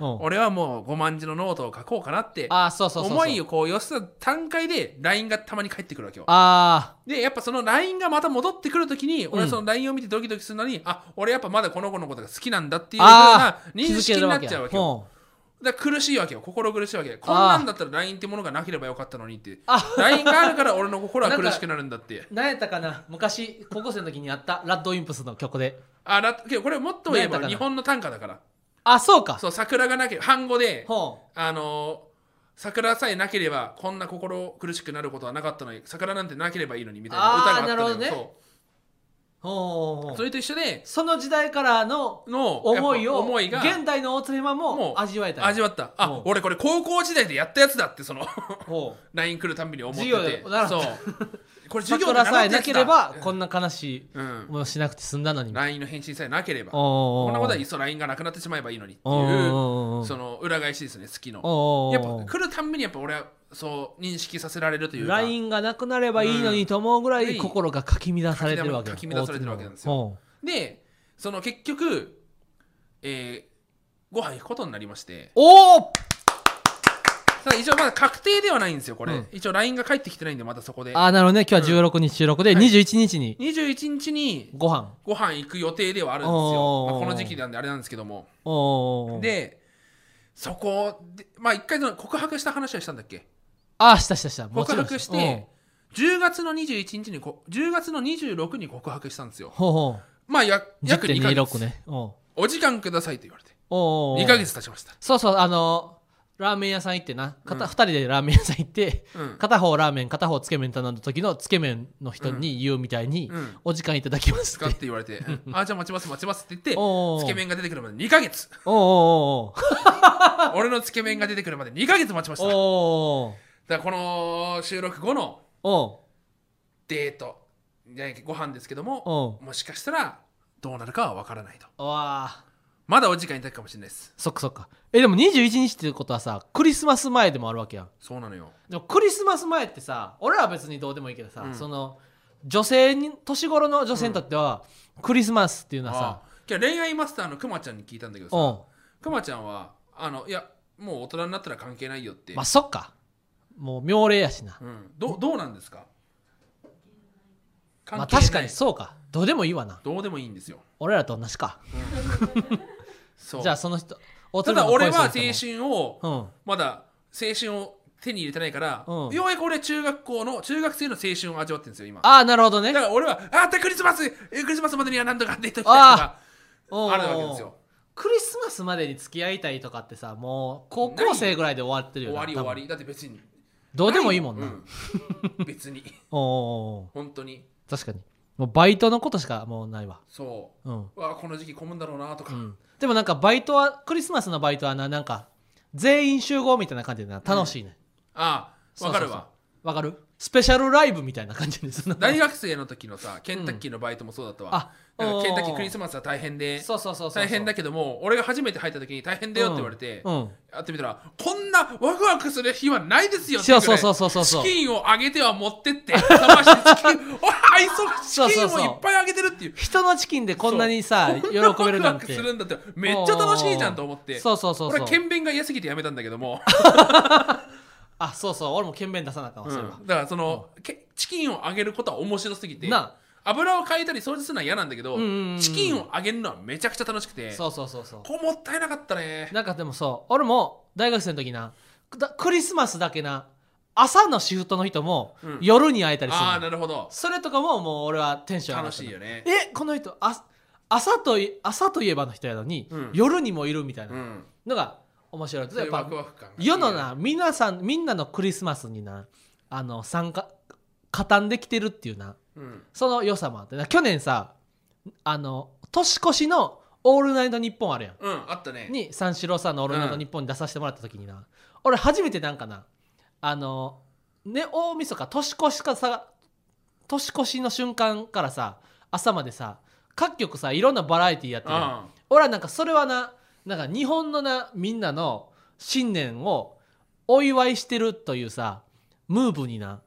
[SPEAKER 1] おう
[SPEAKER 2] 俺はもう5万字のノートを書こうかなって
[SPEAKER 1] ああそうそうそうそう。
[SPEAKER 2] 思いをこう寄せた段階で LINE がたまに返ってくるわけよ
[SPEAKER 1] あ
[SPEAKER 2] でやっぱその LINE がまた戻ってくるときに俺は
[SPEAKER 1] うん
[SPEAKER 2] その LINE を見てドキドキするのに、あ俺やっぱまだこの子のことが好きなんだっていうような
[SPEAKER 1] ああ
[SPEAKER 2] 認識になっちゃうわけよ
[SPEAKER 1] おう
[SPEAKER 2] だから苦しいわけよ心苦しいわけよこんなんだったら LINE ってものがなければよかったのにって
[SPEAKER 1] あ *laughs*
[SPEAKER 2] LINE があるから俺の心は苦しくなるんだって
[SPEAKER 1] 何やったかな昔高校生の時にやったラッドインプスの曲で。
[SPEAKER 2] あだけどこれもっと言え
[SPEAKER 1] なんやった
[SPEAKER 2] ば
[SPEAKER 1] かな
[SPEAKER 2] 日本の短歌だから
[SPEAKER 1] あそうか。
[SPEAKER 2] そう桜がなければ半語で
[SPEAKER 1] ほう
[SPEAKER 2] あのー桜さえなければこんな心苦しくなることはなかったのに桜なんてなければいいのにみたいな歌があったの
[SPEAKER 1] あー
[SPEAKER 2] よ、
[SPEAKER 1] なるほどほうほうほ
[SPEAKER 2] そううそれと一緒で
[SPEAKER 1] その時代からの
[SPEAKER 2] の
[SPEAKER 1] 思い
[SPEAKER 2] やっ
[SPEAKER 1] を
[SPEAKER 2] ぱ思いが
[SPEAKER 1] 現代の大鶴マン
[SPEAKER 2] も
[SPEAKER 1] も
[SPEAKER 2] う
[SPEAKER 1] 味わえた。
[SPEAKER 2] 味わったあ、
[SPEAKER 1] うん
[SPEAKER 2] 俺これ高校時代でやったやつだってその *laughs*
[SPEAKER 1] ほ
[SPEAKER 2] LINE 来るたんびに思ってて
[SPEAKER 1] 授業で習った
[SPEAKER 2] そう
[SPEAKER 1] う
[SPEAKER 2] これ授業で
[SPEAKER 1] 桜さえ
[SPEAKER 2] 習
[SPEAKER 1] な
[SPEAKER 2] った
[SPEAKER 1] け
[SPEAKER 2] やつだ
[SPEAKER 1] ればこんな悲しい
[SPEAKER 2] うん、
[SPEAKER 1] 思いをしなくて済んだのに。
[SPEAKER 2] LINE の返信さえなければ
[SPEAKER 1] こ
[SPEAKER 2] こんなことはい
[SPEAKER 1] い
[SPEAKER 2] っそ LINE がなくなってしまえばいいのにって
[SPEAKER 1] おうおう
[SPEAKER 2] い
[SPEAKER 1] お
[SPEAKER 2] う
[SPEAKER 1] うおう
[SPEAKER 2] その裏返しですね好きの
[SPEAKER 1] おうおう
[SPEAKER 2] や
[SPEAKER 1] おう
[SPEAKER 2] っぱ来るたんびにやっぱ俺はそう認識させられるというか
[SPEAKER 1] LINE がなくなればいいのにと思うぐらい心がかき乱されてるわけ
[SPEAKER 2] かき乱されてるわけなんですよでその結局、えー、ご飯行くことになりまして
[SPEAKER 1] おお
[SPEAKER 2] ただ一応まだ確定ではないんですよこれ、
[SPEAKER 1] うん
[SPEAKER 2] 一応 LINE が返ってきてないんでまたそこで
[SPEAKER 1] あーなるほどね今日は16日収録で
[SPEAKER 2] はい
[SPEAKER 1] 21日に
[SPEAKER 2] 21日に
[SPEAKER 1] ご飯
[SPEAKER 2] ご飯行く予定ではあるんです
[SPEAKER 1] お
[SPEAKER 2] よ、
[SPEAKER 1] ー
[SPEAKER 2] まあこの時期なんであれなんですけども
[SPEAKER 1] おーおーおー
[SPEAKER 2] でそこでまあ一回その告白した話はしたんだっけ
[SPEAKER 1] ああしたしたしたも
[SPEAKER 2] 告
[SPEAKER 1] ちろん
[SPEAKER 2] 白して10月の21日にこ10月の26に告白したんですよ
[SPEAKER 1] うんほうほう
[SPEAKER 2] まあや約2ヶ
[SPEAKER 1] 10.26
[SPEAKER 2] 月、
[SPEAKER 1] ねうんお
[SPEAKER 2] お時間くださいと言われて
[SPEAKER 1] うおうおう
[SPEAKER 2] 2ヶ月経ちました
[SPEAKER 1] そうそうあのラーメン屋さん行ってな
[SPEAKER 2] う
[SPEAKER 1] 片
[SPEAKER 2] ん
[SPEAKER 1] 二人でラーメン屋さん行って
[SPEAKER 2] うん
[SPEAKER 1] 片方ラーメン片方つけ麺頼んだ時のつけ麺の人に言うみたいに
[SPEAKER 2] うん
[SPEAKER 1] お時間いただきます
[SPEAKER 2] 使っ
[SPEAKER 1] って
[SPEAKER 2] て言われてうんあじゃあ待ちます待ちますって言って
[SPEAKER 1] おうおうおう
[SPEAKER 2] つけ麺が出てくるまで2ヶ月
[SPEAKER 1] おうおうおう
[SPEAKER 2] 俺のつけ麺が出てくるまで2ヶ月待ち *laughs* ました
[SPEAKER 1] お
[SPEAKER 2] だか
[SPEAKER 1] う
[SPEAKER 2] らこの収録後の
[SPEAKER 1] おうおう
[SPEAKER 2] デートじゃないご飯ですけども
[SPEAKER 1] お
[SPEAKER 2] もしかしたらどうなるかは分からないと
[SPEAKER 1] うわあ
[SPEAKER 2] まだお時間いただくかもしれないです
[SPEAKER 1] そっかそっかえでも21日っていうことはさクリスマス前でもあるわけやん
[SPEAKER 2] そうなのよ
[SPEAKER 1] でもクリスマス前ってさ俺らは別にどうでもいいけどさ、
[SPEAKER 2] うん
[SPEAKER 1] その女性に年頃の女性にとっては、クリスマスっていうのはさ
[SPEAKER 2] あ今日恋愛マスターのくまちゃんに聞いたんだけど
[SPEAKER 1] うん
[SPEAKER 2] さくまちゃんはあのいやもう大人になったら関係ないよって、
[SPEAKER 1] まあそっかもう妙齢やしな、
[SPEAKER 2] うん、どうどうなんですか
[SPEAKER 1] まあ
[SPEAKER 2] 関係ない
[SPEAKER 1] 確かにそうかどうでもいいわな
[SPEAKER 2] どうでもいいんですよ
[SPEAKER 1] 俺らと同じか
[SPEAKER 2] そう
[SPEAKER 1] じゃあその人
[SPEAKER 2] ただ俺は青
[SPEAKER 1] 青春
[SPEAKER 2] 春を
[SPEAKER 1] うん
[SPEAKER 2] まだ青春を手に入れてないから、
[SPEAKER 1] うん
[SPEAKER 2] ようやく俺中学校の中学生の青春を味わってるんですよ今
[SPEAKER 1] ああなるほどね
[SPEAKER 2] だから俺は「ああクリスマスえクリスマスまでには何とかって言っときたい」と
[SPEAKER 1] あ
[SPEAKER 2] か
[SPEAKER 1] おうおう
[SPEAKER 2] あるわけですよ
[SPEAKER 1] クリスマスまでに付き合いたいとかってさもう高校生ぐらいで終わってる
[SPEAKER 2] 終
[SPEAKER 1] よな
[SPEAKER 2] わり終わり
[SPEAKER 1] 多分
[SPEAKER 2] だって別に
[SPEAKER 1] どうでもいいもんな、*laughs*
[SPEAKER 2] う
[SPEAKER 1] おう
[SPEAKER 2] 別に
[SPEAKER 1] おうおう
[SPEAKER 2] 本当に
[SPEAKER 1] 確かにもうバイトのことしかもうないわ
[SPEAKER 2] そ
[SPEAKER 1] うん、
[SPEAKER 2] ううわこの時期混むんだろうなとか、
[SPEAKER 1] うん、でもなんかバイトはクリスマスのバイトはななんか全員集合みたいな感じでな楽しいね
[SPEAKER 2] ああわか
[SPEAKER 1] そうそ
[SPEAKER 2] るわ
[SPEAKER 1] うそうわかるスペシャルライブみたいな感じですな
[SPEAKER 2] 大学生の時のさケンタッキーのバイトもそうだったわ
[SPEAKER 1] あ、
[SPEAKER 2] なんかケンタッキ
[SPEAKER 1] お
[SPEAKER 2] ー
[SPEAKER 1] ー
[SPEAKER 2] クリスマスは大変
[SPEAKER 1] *laughs*
[SPEAKER 2] で
[SPEAKER 1] そうそうそうそう
[SPEAKER 2] 大変だ
[SPEAKER 1] け
[SPEAKER 2] けども俺が初めて入った時に大変だよって言われて、
[SPEAKER 1] うん、うん
[SPEAKER 2] やってみたらこんなワクワクする日はないですよって
[SPEAKER 1] そ
[SPEAKER 2] いうぐら
[SPEAKER 1] そう
[SPEAKER 2] い
[SPEAKER 1] そうそうそうそう
[SPEAKER 2] チキンをあげては持ってって冷ましてチキンおい忙しい
[SPEAKER 1] そう
[SPEAKER 2] チキ
[SPEAKER 1] そ
[SPEAKER 2] ン
[SPEAKER 1] うそう
[SPEAKER 2] をいっぱいあげてるっていう
[SPEAKER 1] 人のチキンでこんなにさ喜べるなんて
[SPEAKER 2] ワクワクするんだってめっちゃ楽しいじゃんと思って
[SPEAKER 1] そうそうそう
[SPEAKER 2] 俺
[SPEAKER 1] そ
[SPEAKER 2] は
[SPEAKER 1] う
[SPEAKER 2] 検便が嫌すぎてやめたんだけども、
[SPEAKER 1] あそうそう俺も剣弁出さなあかんわそれは、
[SPEAKER 2] だからその、けチキンをあげることは面白すぎて
[SPEAKER 1] な
[SPEAKER 2] 油を変えたり掃除するのは嫌なんだけど、
[SPEAKER 1] うんうんうん
[SPEAKER 2] チキンをあげるのはめちゃくちゃ楽しくて
[SPEAKER 1] そうそうそうそう
[SPEAKER 2] こうもったいなかったね
[SPEAKER 1] なんかでもそう俺も大学生の時なだクリスマスだけな朝のシフトの人も
[SPEAKER 2] うん
[SPEAKER 1] 夜に会えたりするの、
[SPEAKER 2] ああなるほど
[SPEAKER 1] それとかももう俺はテンション上が
[SPEAKER 2] 楽
[SPEAKER 1] った
[SPEAKER 2] しいよね
[SPEAKER 1] えこの人あ朝とい朝といえばの人やのに、
[SPEAKER 2] うん
[SPEAKER 1] 夜にもいるみたいうなんのが面白い、
[SPEAKER 2] そう
[SPEAKER 1] や
[SPEAKER 2] い
[SPEAKER 1] っ
[SPEAKER 2] うワ
[SPEAKER 1] ぱ
[SPEAKER 2] クワク感がいいよ
[SPEAKER 1] 世のな皆さんみんなのクリスマスになあの参加加担できてるっていうな
[SPEAKER 2] うん
[SPEAKER 1] その良さもあってな去年さあの年越しの「オールナイトニッポン」あるやん
[SPEAKER 2] うんあったね
[SPEAKER 1] に三四郎さんの「オールナイトニッポン」に出させてもらった時にな、俺初めてなんかなあのね大晦日年越しかさ年越しの瞬間からさ朝までさ各局さいろんなバラエティーやってるやん
[SPEAKER 2] あ
[SPEAKER 1] 俺はなんかそれはななんか日本のなみんなの新年をお祝いしてるというさムーブにな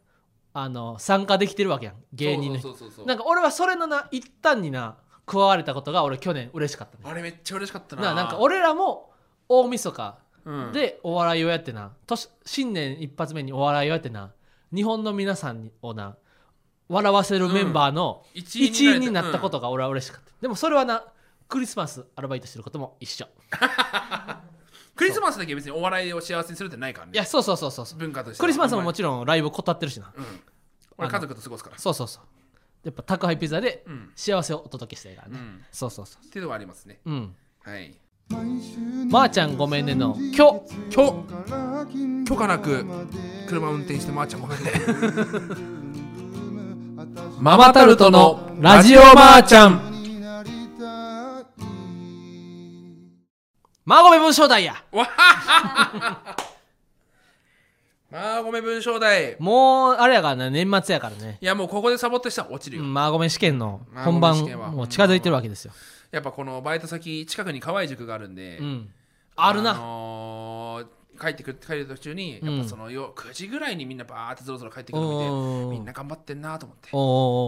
[SPEAKER 1] あの参加できてるわけやん芸人の人
[SPEAKER 2] そうそうそうそう
[SPEAKER 1] なんか俺はそれのな一端にな加われたことが俺去年嬉しかったね
[SPEAKER 2] あれめっちゃ嬉しかったな
[SPEAKER 1] ななんか、俺らも大晦日
[SPEAKER 2] うん、
[SPEAKER 1] でお笑いをやってな、年新年一発目にお笑いをやってな日本の皆さんをな笑わせるメンバーの
[SPEAKER 2] 一、
[SPEAKER 1] 一員になったこととが俺は嬉しかった、でもそれはなクリスマスアルバイトしてることも一緒
[SPEAKER 2] うんクリスマスだけ別にお笑いを幸せにするってないからね
[SPEAKER 1] いやそうそうそうそうそう
[SPEAKER 2] 文化として
[SPEAKER 1] クリスマスもも
[SPEAKER 2] ち
[SPEAKER 1] ちろんライブ断ってるしな
[SPEAKER 2] ろん、うん、俺家族と過ごすから
[SPEAKER 1] そうそうそうやっぱ宅配ピザで
[SPEAKER 2] うん
[SPEAKER 1] 幸せをお届けしたいから
[SPEAKER 2] う
[SPEAKER 1] ね、
[SPEAKER 2] ん
[SPEAKER 1] そうそうそ
[SPEAKER 2] っていうのはありますね
[SPEAKER 1] ううん
[SPEAKER 2] はい
[SPEAKER 1] まー、ちゃんごめんねの「きょ」
[SPEAKER 2] きょ許可なく車運転してまーちゃんごめんね
[SPEAKER 1] *laughs*
[SPEAKER 2] ママタルトのラジオまーちゃん
[SPEAKER 1] マーゴメ文章題や
[SPEAKER 2] まあごめん文章題い
[SPEAKER 1] もうあれやからな年末やからね
[SPEAKER 2] やもうここでサボってしたら落ちる
[SPEAKER 1] う
[SPEAKER 2] よ、
[SPEAKER 1] んマーゴメ試験の
[SPEAKER 2] マーゴ
[SPEAKER 1] 本
[SPEAKER 2] メ試
[SPEAKER 1] 番
[SPEAKER 2] 験は
[SPEAKER 1] もう近づいてるわけですよ、
[SPEAKER 2] やっぱこのバイト先近くに河合塾があるんで、
[SPEAKER 1] うん、あるな、
[SPEAKER 2] のー帰ってくる帰る途中に
[SPEAKER 1] うん
[SPEAKER 2] やっぱそのよ9時ぐらいにみんなバーってぞろぞろ帰ってくるの
[SPEAKER 1] おー
[SPEAKER 2] 見てみんな頑張ってんなと思って
[SPEAKER 1] おー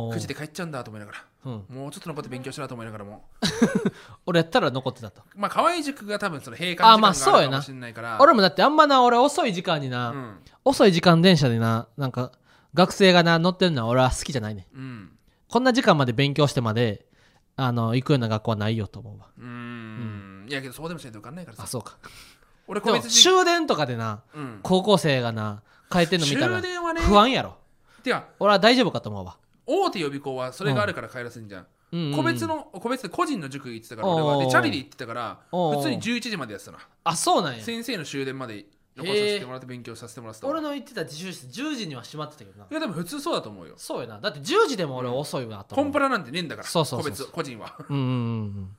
[SPEAKER 1] おーおー
[SPEAKER 2] 9時で帰っちゃうんだと思いながら
[SPEAKER 1] うん、
[SPEAKER 2] もうちょっと残って勉強しなと思いながらも
[SPEAKER 1] 俺やったら残ってたと
[SPEAKER 2] まあ河合塾が多分その閉館
[SPEAKER 1] あまあ
[SPEAKER 2] 時間があ
[SPEAKER 1] そう
[SPEAKER 2] る
[SPEAKER 1] や
[SPEAKER 2] か
[SPEAKER 1] な
[SPEAKER 2] もしれないから
[SPEAKER 1] 俺もだってあんまな俺遅い時間にな、
[SPEAKER 2] うん
[SPEAKER 1] 遅い時間電車でななんか学生がな乗ってるのは俺は好きじゃないね
[SPEAKER 2] うん
[SPEAKER 1] こんな時間まで勉強してまであの行くような学校はないよと思うわ
[SPEAKER 2] うーんいやけどそうでもしないと受かんないからさ
[SPEAKER 1] あそうか
[SPEAKER 2] 俺個
[SPEAKER 1] でも
[SPEAKER 2] 別授業
[SPEAKER 1] 終電とかでな
[SPEAKER 2] うん
[SPEAKER 1] 高校生がな帰ってんの見たら
[SPEAKER 2] 終電はね
[SPEAKER 1] 不安やろ
[SPEAKER 2] てか
[SPEAKER 1] 俺は大丈夫かと思うわ、
[SPEAKER 2] 大手予備校はそれがあるから帰らせんじゃん、
[SPEAKER 1] うんうんうん
[SPEAKER 2] 個別の個別で個人の塾行ってたから俺
[SPEAKER 1] おう
[SPEAKER 2] は
[SPEAKER 1] おう
[SPEAKER 2] でチャリで行ってたから
[SPEAKER 1] おうおう
[SPEAKER 2] 普通に11時までやってたな
[SPEAKER 1] あそうなんや
[SPEAKER 2] 先生の終電まで残させてもらって勉強させてもらってたわ
[SPEAKER 1] 俺の言ってた自習室10時には閉まってたけどない
[SPEAKER 2] やでも普通そうだと思うよ
[SPEAKER 1] そうやなだって10時でも俺遅いなと
[SPEAKER 2] コ
[SPEAKER 1] 思う
[SPEAKER 2] ンプラなんてねえんだから
[SPEAKER 1] そうそうそう
[SPEAKER 2] 個別個人は
[SPEAKER 1] うんうん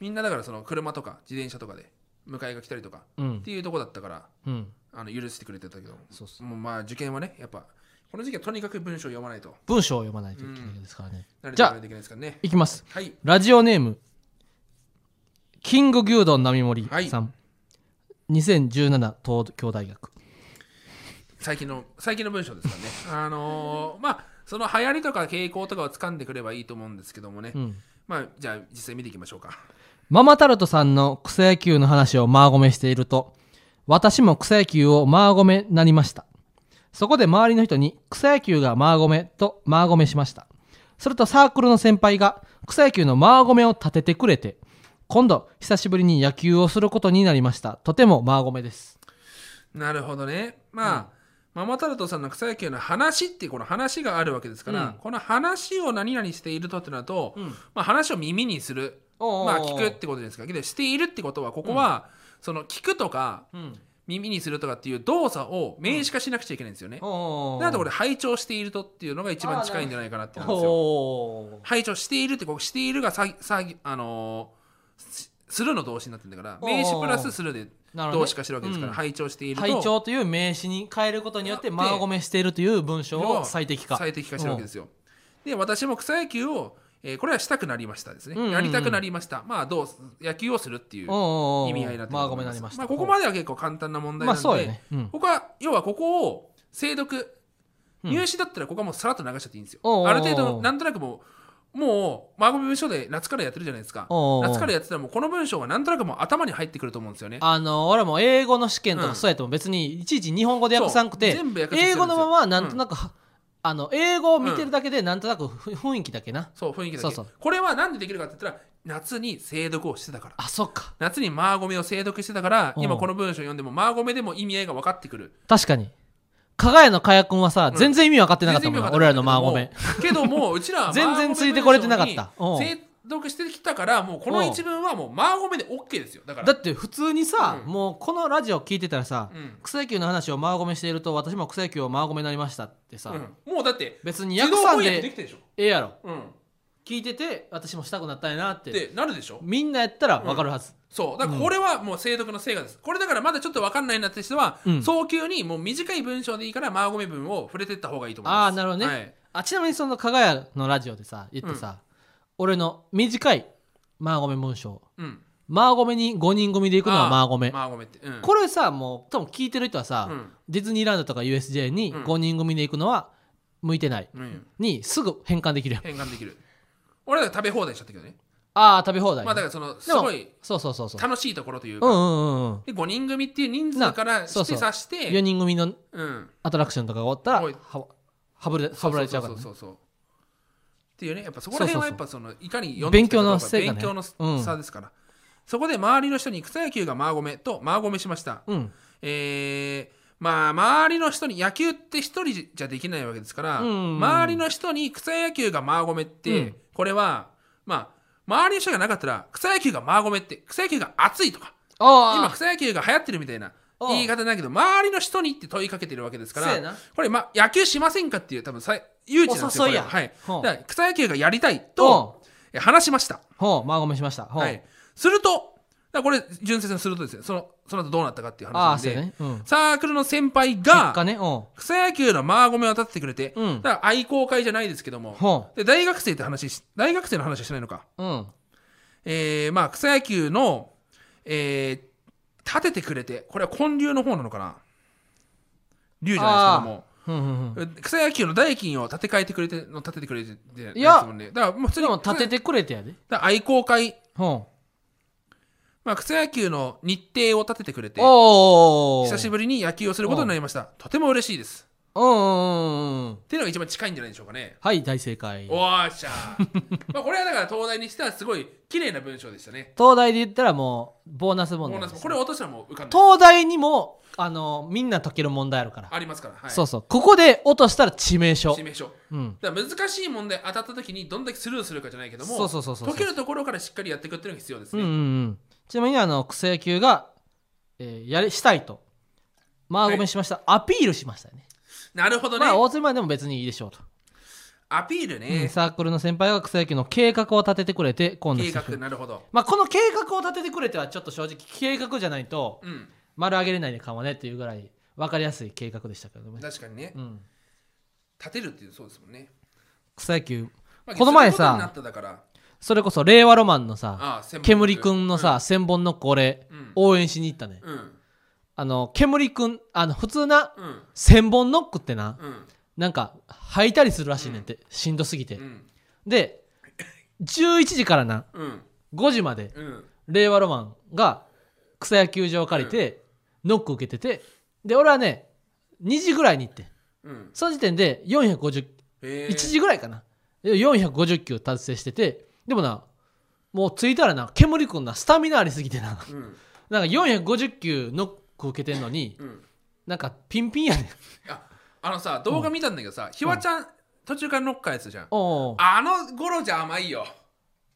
[SPEAKER 2] みんなだからその車とか自転車とかで迎えが来たりとか
[SPEAKER 1] うんうんう
[SPEAKER 2] っ
[SPEAKER 1] ん
[SPEAKER 2] ていうとこだったから
[SPEAKER 1] うん
[SPEAKER 2] あの許してくれてたけど
[SPEAKER 1] そうそう
[SPEAKER 2] もうまあ受験はねやっぱこの時期はとにかく文章を読まないと
[SPEAKER 1] 文章を読まないといけないですからね、
[SPEAKER 2] 慣れ
[SPEAKER 1] じ
[SPEAKER 2] て
[SPEAKER 1] ゃ
[SPEAKER 2] も
[SPEAKER 1] あ
[SPEAKER 2] らいといけないですからね
[SPEAKER 1] いきます
[SPEAKER 2] はい
[SPEAKER 1] ラジオネームキング牛丼並盛
[SPEAKER 2] はい
[SPEAKER 1] さん、2017東京大学
[SPEAKER 2] 最近の最近の文章ですから
[SPEAKER 1] *laughs*
[SPEAKER 2] ねあのーまあその流行りとか傾向とかを掴んでくればいいと思うんですけどもね、
[SPEAKER 1] うん
[SPEAKER 2] まあじゃあ実際見ていきましょうか
[SPEAKER 1] ママタルトさんの草野球の話をマーゴメしていると、私も草野球をマーゴメなりました。そこで周りの人に草野球がマーゴメとマーゴメしました。するとサークルの先輩が草野球のマーゴメを立ててくれて、今度久しぶりに野球をすることになりました。とてもマーゴメです。
[SPEAKER 2] なるほどねまあ、ママタルトさんの草野球の話っていうこの話があるわけですから、
[SPEAKER 1] うん
[SPEAKER 2] この話を何々しているとってなると、
[SPEAKER 1] ん
[SPEAKER 2] まあ、話を耳にする
[SPEAKER 1] おうおうおう
[SPEAKER 2] まあ聞くってことですかけどしているってことはここは、その聞くとか
[SPEAKER 1] うん。
[SPEAKER 2] 耳にするとかっていう動作を名詞化しなくちゃいけないんですよね、
[SPEAKER 1] お
[SPEAKER 2] なので俺拝聴しているとっていうのが一番近いんじゃないかなって思うんですよ
[SPEAKER 1] お
[SPEAKER 2] 排除しているってこうしているがささあのーすするの動詞になってるんだから
[SPEAKER 1] おうおう
[SPEAKER 2] 名詞プラスするで
[SPEAKER 1] なるほどね
[SPEAKER 2] 動詞化してるわけですから、
[SPEAKER 1] うん
[SPEAKER 2] 拝聴していると
[SPEAKER 1] 会長という名詞に変えることによってマーゴメしているという文章を最適化。
[SPEAKER 2] 最適化してるわけですよ、で私も草野球を、えーこれはしたくなりましたですね、
[SPEAKER 1] うんうんうん
[SPEAKER 2] やりたくなりましたまあどう野球をするっていう
[SPEAKER 1] おうおうおう
[SPEAKER 2] 意味合いだと
[SPEAKER 1] マーゴ
[SPEAKER 2] 思
[SPEAKER 1] メ
[SPEAKER 2] い
[SPEAKER 1] な
[SPEAKER 2] ま
[SPEAKER 1] り
[SPEAKER 2] す
[SPEAKER 1] ました。
[SPEAKER 2] まあここまでは結構簡単な問題
[SPEAKER 1] ま
[SPEAKER 2] な
[SPEAKER 1] あ
[SPEAKER 2] の
[SPEAKER 1] そう
[SPEAKER 2] で、
[SPEAKER 1] やね。うん。
[SPEAKER 2] ここは要はここを精読
[SPEAKER 1] うん
[SPEAKER 2] 入試だったらここはもうさらっと流しちゃっていいんですよ、
[SPEAKER 1] おうおうおう
[SPEAKER 2] ある程度なんとなくもうもう孫文章で夏からやってるじゃないですか
[SPEAKER 1] おうおう
[SPEAKER 2] 夏からやってたらもうこの文章がなんとなくもう頭に入ってくると思うんですよね
[SPEAKER 1] あの俺も英語の試験と
[SPEAKER 2] う
[SPEAKER 1] か
[SPEAKER 2] ん
[SPEAKER 1] そうやっても別にいちいち日本語で訳さんくて
[SPEAKER 2] そう全部訳させてるん
[SPEAKER 1] 英
[SPEAKER 2] ですよ
[SPEAKER 1] 語のままなんとなくはあの英語を見てるだけでなんとなくふ雰囲気だけな
[SPEAKER 2] そう雰囲気だけ
[SPEAKER 1] そうそう
[SPEAKER 2] これはなんでできるかって言ったら夏に精読をしてたから
[SPEAKER 1] あそっか
[SPEAKER 2] 夏にマーゴメを精読してたから
[SPEAKER 1] おう
[SPEAKER 2] 今この文章読んでもマーゴメでも意味合いが分かってくる
[SPEAKER 1] 確かに加賀屋の加谷君はさ
[SPEAKER 2] うん
[SPEAKER 1] 全然意味分かってなかったもん
[SPEAKER 2] 全然意味分か
[SPEAKER 1] な俺ら
[SPEAKER 2] ってなかった
[SPEAKER 1] のマーゴメ
[SPEAKER 2] けども
[SPEAKER 1] *laughs*
[SPEAKER 2] ううちらは
[SPEAKER 1] 全然ついてこれてなかった
[SPEAKER 2] マーゴメ文章に精読してきたからもうこの一文はもうマーゴメで OK ですよだから
[SPEAKER 1] だって普通にさ
[SPEAKER 2] うん
[SPEAKER 1] もうこのラジオ聞いてたらさ
[SPEAKER 2] うん
[SPEAKER 1] 草野球の話をマーゴメしていると私も草野球をマーゴメになりましたってさ
[SPEAKER 2] うんもうだって
[SPEAKER 1] 別に
[SPEAKER 2] 自
[SPEAKER 1] 訳
[SPEAKER 2] 動
[SPEAKER 1] さん
[SPEAKER 2] 翻訳で
[SPEAKER 1] で
[SPEAKER 2] きてるでしょ、
[SPEAKER 1] ええやろ
[SPEAKER 2] うん、っ
[SPEAKER 1] 聞いてて私もしたくなったんやなって
[SPEAKER 2] てなるでしょ
[SPEAKER 1] みんなやったら分かるはず
[SPEAKER 2] そうだからこれはもう精読の成果です、これだからまだちょっと分かんないなって人は、
[SPEAKER 1] うん
[SPEAKER 2] 早急にもう短い文章でいいからマーゴメ文を触れてった方がいいと思います
[SPEAKER 1] ああーなるほどね、
[SPEAKER 2] はい
[SPEAKER 1] あちなみにその加賀屋のラジオでさ言ってさ、俺の短いマーゴメ文章
[SPEAKER 2] うん、
[SPEAKER 1] マーゴメに5人組で行くのはマーゴメ
[SPEAKER 2] マーゴメって、うん、
[SPEAKER 1] これさもう多分聞いてる人はさ、
[SPEAKER 2] うん
[SPEAKER 1] ディズニーランドとか USJ に
[SPEAKER 2] うん
[SPEAKER 1] 5人組で行くのは向いてない、
[SPEAKER 2] うん、
[SPEAKER 1] にすぐ変換できるやん
[SPEAKER 2] 変換できる俺ら食べ放題しちゃったけどね
[SPEAKER 1] ああ食べ放題、
[SPEAKER 2] まあだからそのすご
[SPEAKER 1] で
[SPEAKER 2] い
[SPEAKER 1] もそうそうそうそう
[SPEAKER 2] 楽しいところという
[SPEAKER 1] うん
[SPEAKER 2] か、
[SPEAKER 1] うんうんうん
[SPEAKER 2] で5人組っていう人数から
[SPEAKER 1] な
[SPEAKER 2] し
[SPEAKER 1] そうそ
[SPEAKER 2] て
[SPEAKER 1] う
[SPEAKER 2] さして
[SPEAKER 1] 4人組の
[SPEAKER 2] うん
[SPEAKER 1] アトラクションとかが終わった
[SPEAKER 2] お
[SPEAKER 1] ら
[SPEAKER 2] い
[SPEAKER 1] ははぶれはぶられちゃうから、ね
[SPEAKER 2] そ、うそうそうそうそうっていうねやっぱそこら辺はやっぱそのいかに読ん
[SPEAKER 1] 勉
[SPEAKER 2] きた
[SPEAKER 1] 強
[SPEAKER 2] か
[SPEAKER 1] の
[SPEAKER 2] やっぱ
[SPEAKER 1] 成果ね
[SPEAKER 2] 勉強の
[SPEAKER 1] うん
[SPEAKER 2] 差ですから、そこで周りの人に草野球がマーゴメとマーゴメしました、
[SPEAKER 1] うん
[SPEAKER 2] えーまあ周りの人に野球って一人じゃできないわけですから、
[SPEAKER 1] うん
[SPEAKER 2] 周りの人に草野球がマーゴメって、
[SPEAKER 1] うん
[SPEAKER 2] これはまあ周りの人がなかったら草野球がマーゴメって草野球が熱いとか今
[SPEAKER 1] ああ
[SPEAKER 2] 草野球が流行ってるみたいな
[SPEAKER 1] ああ
[SPEAKER 2] 言い方だけど周りの人にって問いかけてるわけですか
[SPEAKER 1] そうや
[SPEAKER 2] ら
[SPEAKER 1] な
[SPEAKER 2] これ、ま、野球しませんかっていう多分さ誘致なんですよ
[SPEAKER 1] お誘いや
[SPEAKER 2] これははい、
[SPEAKER 1] ほう
[SPEAKER 2] だから草野球がやりたいとえ話しました、
[SPEAKER 1] ほうマーゴメしましたほう、
[SPEAKER 2] はい、するとだからこれ純説にするとですねそのその後どうなったかっていう話
[SPEAKER 1] あ
[SPEAKER 2] な
[SPEAKER 1] あ
[SPEAKER 2] ん
[SPEAKER 1] そう
[SPEAKER 2] で、
[SPEAKER 1] やね、うん、
[SPEAKER 2] サークルの先輩
[SPEAKER 1] 結果
[SPEAKER 2] が
[SPEAKER 1] ねうん
[SPEAKER 2] 草野球のマーゴメを立ててくれて、
[SPEAKER 1] うん
[SPEAKER 2] だから愛好会じゃないですけども、
[SPEAKER 1] ほ
[SPEAKER 2] で大学生って話し大学生の話はしてないのか
[SPEAKER 1] ううん
[SPEAKER 2] えーまあ草野球の、えー立ててくれてこれは建立の方なのかな龍じゃないです
[SPEAKER 1] うんうん
[SPEAKER 2] けども草野球の代金を立て替えてくれての立ててくれてじゃない
[SPEAKER 1] い
[SPEAKER 2] で
[SPEAKER 1] や
[SPEAKER 2] すもんねだからもう普通
[SPEAKER 1] で
[SPEAKER 2] に
[SPEAKER 1] も立ててくれてやで。
[SPEAKER 2] だから愛好会、
[SPEAKER 1] ほ
[SPEAKER 2] まあ、草野球の日程を立ててくれ
[SPEAKER 1] う
[SPEAKER 2] て
[SPEAKER 1] おお。
[SPEAKER 2] 久しぶりに野球をすることになりましたとても嬉しいです
[SPEAKER 1] うんうんうんうん
[SPEAKER 2] ていうのが一番近いんじゃないでしょうかね。
[SPEAKER 1] はい大正解
[SPEAKER 2] おーっしゃ
[SPEAKER 1] *laughs*
[SPEAKER 2] ーまあこれはだから東大にしてはすごい綺麗な文章でしたね。
[SPEAKER 1] 東大で言ったらもうボーナス問
[SPEAKER 2] ボー
[SPEAKER 1] 題
[SPEAKER 2] ナ
[SPEAKER 1] で
[SPEAKER 2] ス
[SPEAKER 1] す
[SPEAKER 2] もこれ落としたらもう浮かんで
[SPEAKER 1] 東大にもあのみんな解ける問題あるから、
[SPEAKER 2] ありますから。はい、
[SPEAKER 1] そうそうここで落としたら致命傷
[SPEAKER 2] 致命傷。
[SPEAKER 1] うん
[SPEAKER 2] だから難しい問題当たった時にどんだけスルーするかじゃないけども
[SPEAKER 1] そうそうそうそう
[SPEAKER 2] 解けるところからしっかりやっていくっていうのが必要です
[SPEAKER 1] うん
[SPEAKER 2] ね、
[SPEAKER 1] うんうんちなみにあの草野球が、えーやりしたいとマーゴメしました、アピールしましたよね
[SPEAKER 2] なるほどね、
[SPEAKER 1] まあ大鶴前でも別にいいでしょうと、
[SPEAKER 2] アピール
[SPEAKER 1] うん
[SPEAKER 2] ね、
[SPEAKER 1] サークルの先輩が草野球の計画を立ててくれて今度
[SPEAKER 2] 計画なるほど
[SPEAKER 1] まあこの計画を立ててくれてはちょっと正直計画じゃないと
[SPEAKER 2] うん
[SPEAKER 1] 丸上げれないでかもねっていうぐらい分かりやすい計画でしたけどね、
[SPEAKER 2] 確かにね、
[SPEAKER 1] うん、
[SPEAKER 2] 立てるっていうそうですもんね、
[SPEAKER 1] 草野球
[SPEAKER 2] まあ
[SPEAKER 1] この前さ
[SPEAKER 2] そういうことになっただから
[SPEAKER 1] それこそ令和ロマンのさ
[SPEAKER 2] ああ専門職
[SPEAKER 1] 煙くんのさ、千本のこれ
[SPEAKER 2] うん
[SPEAKER 1] 応援しに行ったね、
[SPEAKER 2] うんうん
[SPEAKER 1] あの煙くんあの普通な
[SPEAKER 2] うん
[SPEAKER 1] 千本ノックってな
[SPEAKER 2] うん
[SPEAKER 1] なんか吐いたりするらしいねんって、しんどすぎて、
[SPEAKER 2] うん
[SPEAKER 1] で11時からな
[SPEAKER 2] うん
[SPEAKER 1] 5時まで
[SPEAKER 2] うん
[SPEAKER 1] 令和ロマンが草野球場を借りて、ノック受けててで俺はね2時ぐらいに行って
[SPEAKER 2] うん
[SPEAKER 1] その時点で450
[SPEAKER 2] へえ
[SPEAKER 1] 1時ぐらいかなで450球達成しててでもなもう着いたらな煙くんなスタミナありすぎてな *laughs*
[SPEAKER 2] うん
[SPEAKER 1] なんか450球ノック受けてんのに
[SPEAKER 2] うん
[SPEAKER 1] なんかピンピンやねん
[SPEAKER 2] ああのさ動画見たんだけどさ、ひわちゃん途中からノッカーやつじゃん、
[SPEAKER 1] おうおう
[SPEAKER 2] あの頃じゃ甘いよ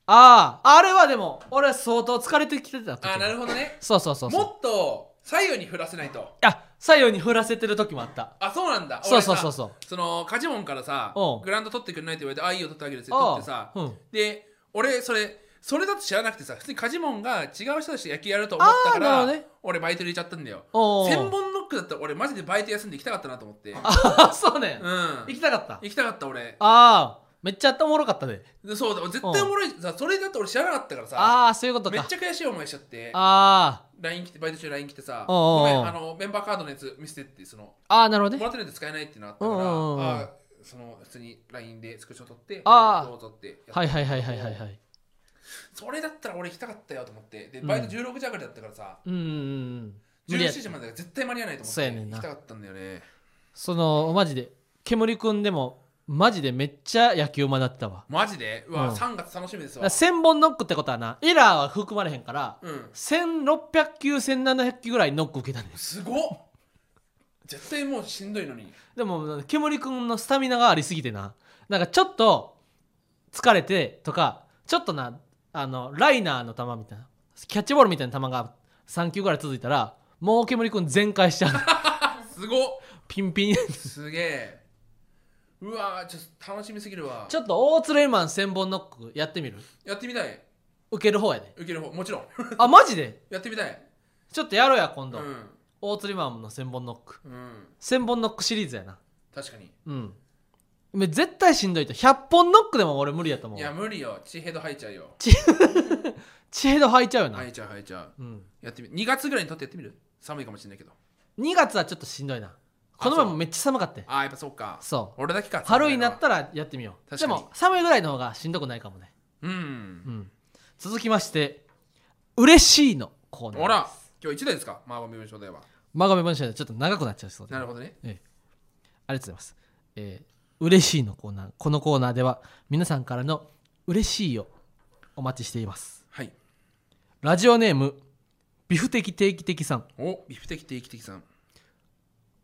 [SPEAKER 1] あああれはでも俺は相当疲れてきてた時
[SPEAKER 2] あなるほどね
[SPEAKER 1] そうそうそうそう
[SPEAKER 2] もっと左右に振らせないと
[SPEAKER 1] あ左右に振らせてる時もあった
[SPEAKER 2] あそうなんだ
[SPEAKER 1] そうそうそうそう
[SPEAKER 2] うそのカジモンからさ
[SPEAKER 1] うん
[SPEAKER 2] グラウンド取ってくんないって言われてあいいよ取ってあげるって言
[SPEAKER 1] あ
[SPEAKER 2] っ
[SPEAKER 1] あ
[SPEAKER 2] てさ
[SPEAKER 1] うん
[SPEAKER 2] で俺それそれだと知らなくてさ普通にカジモンが違う人たちと野球やると思ったか
[SPEAKER 1] ああ
[SPEAKER 2] ら、
[SPEAKER 1] なるほどね
[SPEAKER 2] 俺バイト入れちゃったんだよ
[SPEAKER 1] おうおう
[SPEAKER 2] 千本ノックだったら俺マジでバイト休んで行きたかったなと思ってうん
[SPEAKER 1] あそうね、行
[SPEAKER 2] 行
[SPEAKER 1] きたかった
[SPEAKER 2] きたかった俺
[SPEAKER 1] ああめっちゃおもろかったで
[SPEAKER 2] でそうだ絶対おもろいさそれだって俺知らなかったからさ
[SPEAKER 1] ああそういうこと
[SPEAKER 2] めっ
[SPEAKER 1] か
[SPEAKER 2] ちゃ悔しい思いしちゃって
[SPEAKER 1] あ
[SPEAKER 2] LINE 来てバイト中 LINE 来てさ
[SPEAKER 1] おうおうおう
[SPEAKER 2] ごめんあのメンバーカードのやつ見せてってその
[SPEAKER 1] あああなるほどね
[SPEAKER 2] もらってないと使えないってなったから、
[SPEAKER 1] うんうんうん
[SPEAKER 2] あその普通に LINE でスクショ取って、
[SPEAKER 1] あー
[SPEAKER 2] どうぞってやった
[SPEAKER 1] はいはいはいはいはいはい
[SPEAKER 2] それだったら俺行きたかったよと思って、で、
[SPEAKER 1] うん
[SPEAKER 2] バイト16時上がりだったからさ、
[SPEAKER 1] うんうんうん無理や
[SPEAKER 2] 17時までが絶対間に合わないと思って、
[SPEAKER 1] そうやねんな
[SPEAKER 2] 行きたかったんだよね。
[SPEAKER 1] そのマジで煙くんでもマジでめっちゃ野球学んだってたわ
[SPEAKER 2] マジでうわ、
[SPEAKER 1] うん
[SPEAKER 2] 3月楽しみです
[SPEAKER 1] だ
[SPEAKER 2] わ
[SPEAKER 1] から。1000本ノックってことはなエラーは含まれへんから
[SPEAKER 2] うん。
[SPEAKER 1] 1600球1700球ぐらいノック受けたね
[SPEAKER 2] すごっ絶対もうしんどいのに。
[SPEAKER 1] でも煙くんのスタミナがありすぎてななんかちょっと疲れてとかちょっとなあのライナーの球みたいなキャッチボールみたいな球が3球ぐらい続いたらもう煙くん全開しちゃう
[SPEAKER 2] *laughs* すごっ
[SPEAKER 1] ピンピン
[SPEAKER 2] すげえ。うわちょっと楽しみすぎるわ。
[SPEAKER 1] ちょっと大鶴レマン1000本ノックやってみる
[SPEAKER 2] やってみたい。
[SPEAKER 1] 受ける方やで
[SPEAKER 2] 受ける方、もちろん。
[SPEAKER 1] あマジで
[SPEAKER 2] やってみたい。
[SPEAKER 1] ちょっとやろうや今
[SPEAKER 2] う
[SPEAKER 1] 度、
[SPEAKER 2] ん。
[SPEAKER 1] 大釣りマンの1000本ノック
[SPEAKER 2] うん。
[SPEAKER 1] 1000本ノックシリーズやな
[SPEAKER 2] 確かに。
[SPEAKER 1] うんめ絶対しんどいと100本ノックでも俺無理やと思う
[SPEAKER 2] いや、無理よ。血ヘド吐いちゃうよ。
[SPEAKER 1] チェード履いちゃうよな、
[SPEAKER 2] 吐いちゃう、吐いちゃう。
[SPEAKER 1] うん、
[SPEAKER 2] やってみ2月ぐらいに撮ってやってみる寒いかもしれないけど
[SPEAKER 1] 2月はちょっとしんどいなこの前もめっちゃ寒かったよ
[SPEAKER 2] ああやっぱそうか
[SPEAKER 1] そう
[SPEAKER 2] 俺だけか
[SPEAKER 1] 春になったらやってみよう
[SPEAKER 2] 確
[SPEAKER 1] で
[SPEAKER 2] かに
[SPEAKER 1] も寒いぐらいの方がしんどくないかもね、
[SPEAKER 2] うん
[SPEAKER 1] うん、続きまして嬉しいのコーナー
[SPEAKER 2] ほら今日1台ですかマーバー文章では
[SPEAKER 1] マガメ文章でちょっと長くなっちゃいそうで
[SPEAKER 2] なるほどね
[SPEAKER 1] ええ、ありがとうございます。えー、嬉しいのコーナー。このコーナーでは皆さんからの嬉しいをお待ちしています。
[SPEAKER 2] はい
[SPEAKER 1] ラジオネーム、ビフ的定期的さん。
[SPEAKER 2] おビフ的定期的さん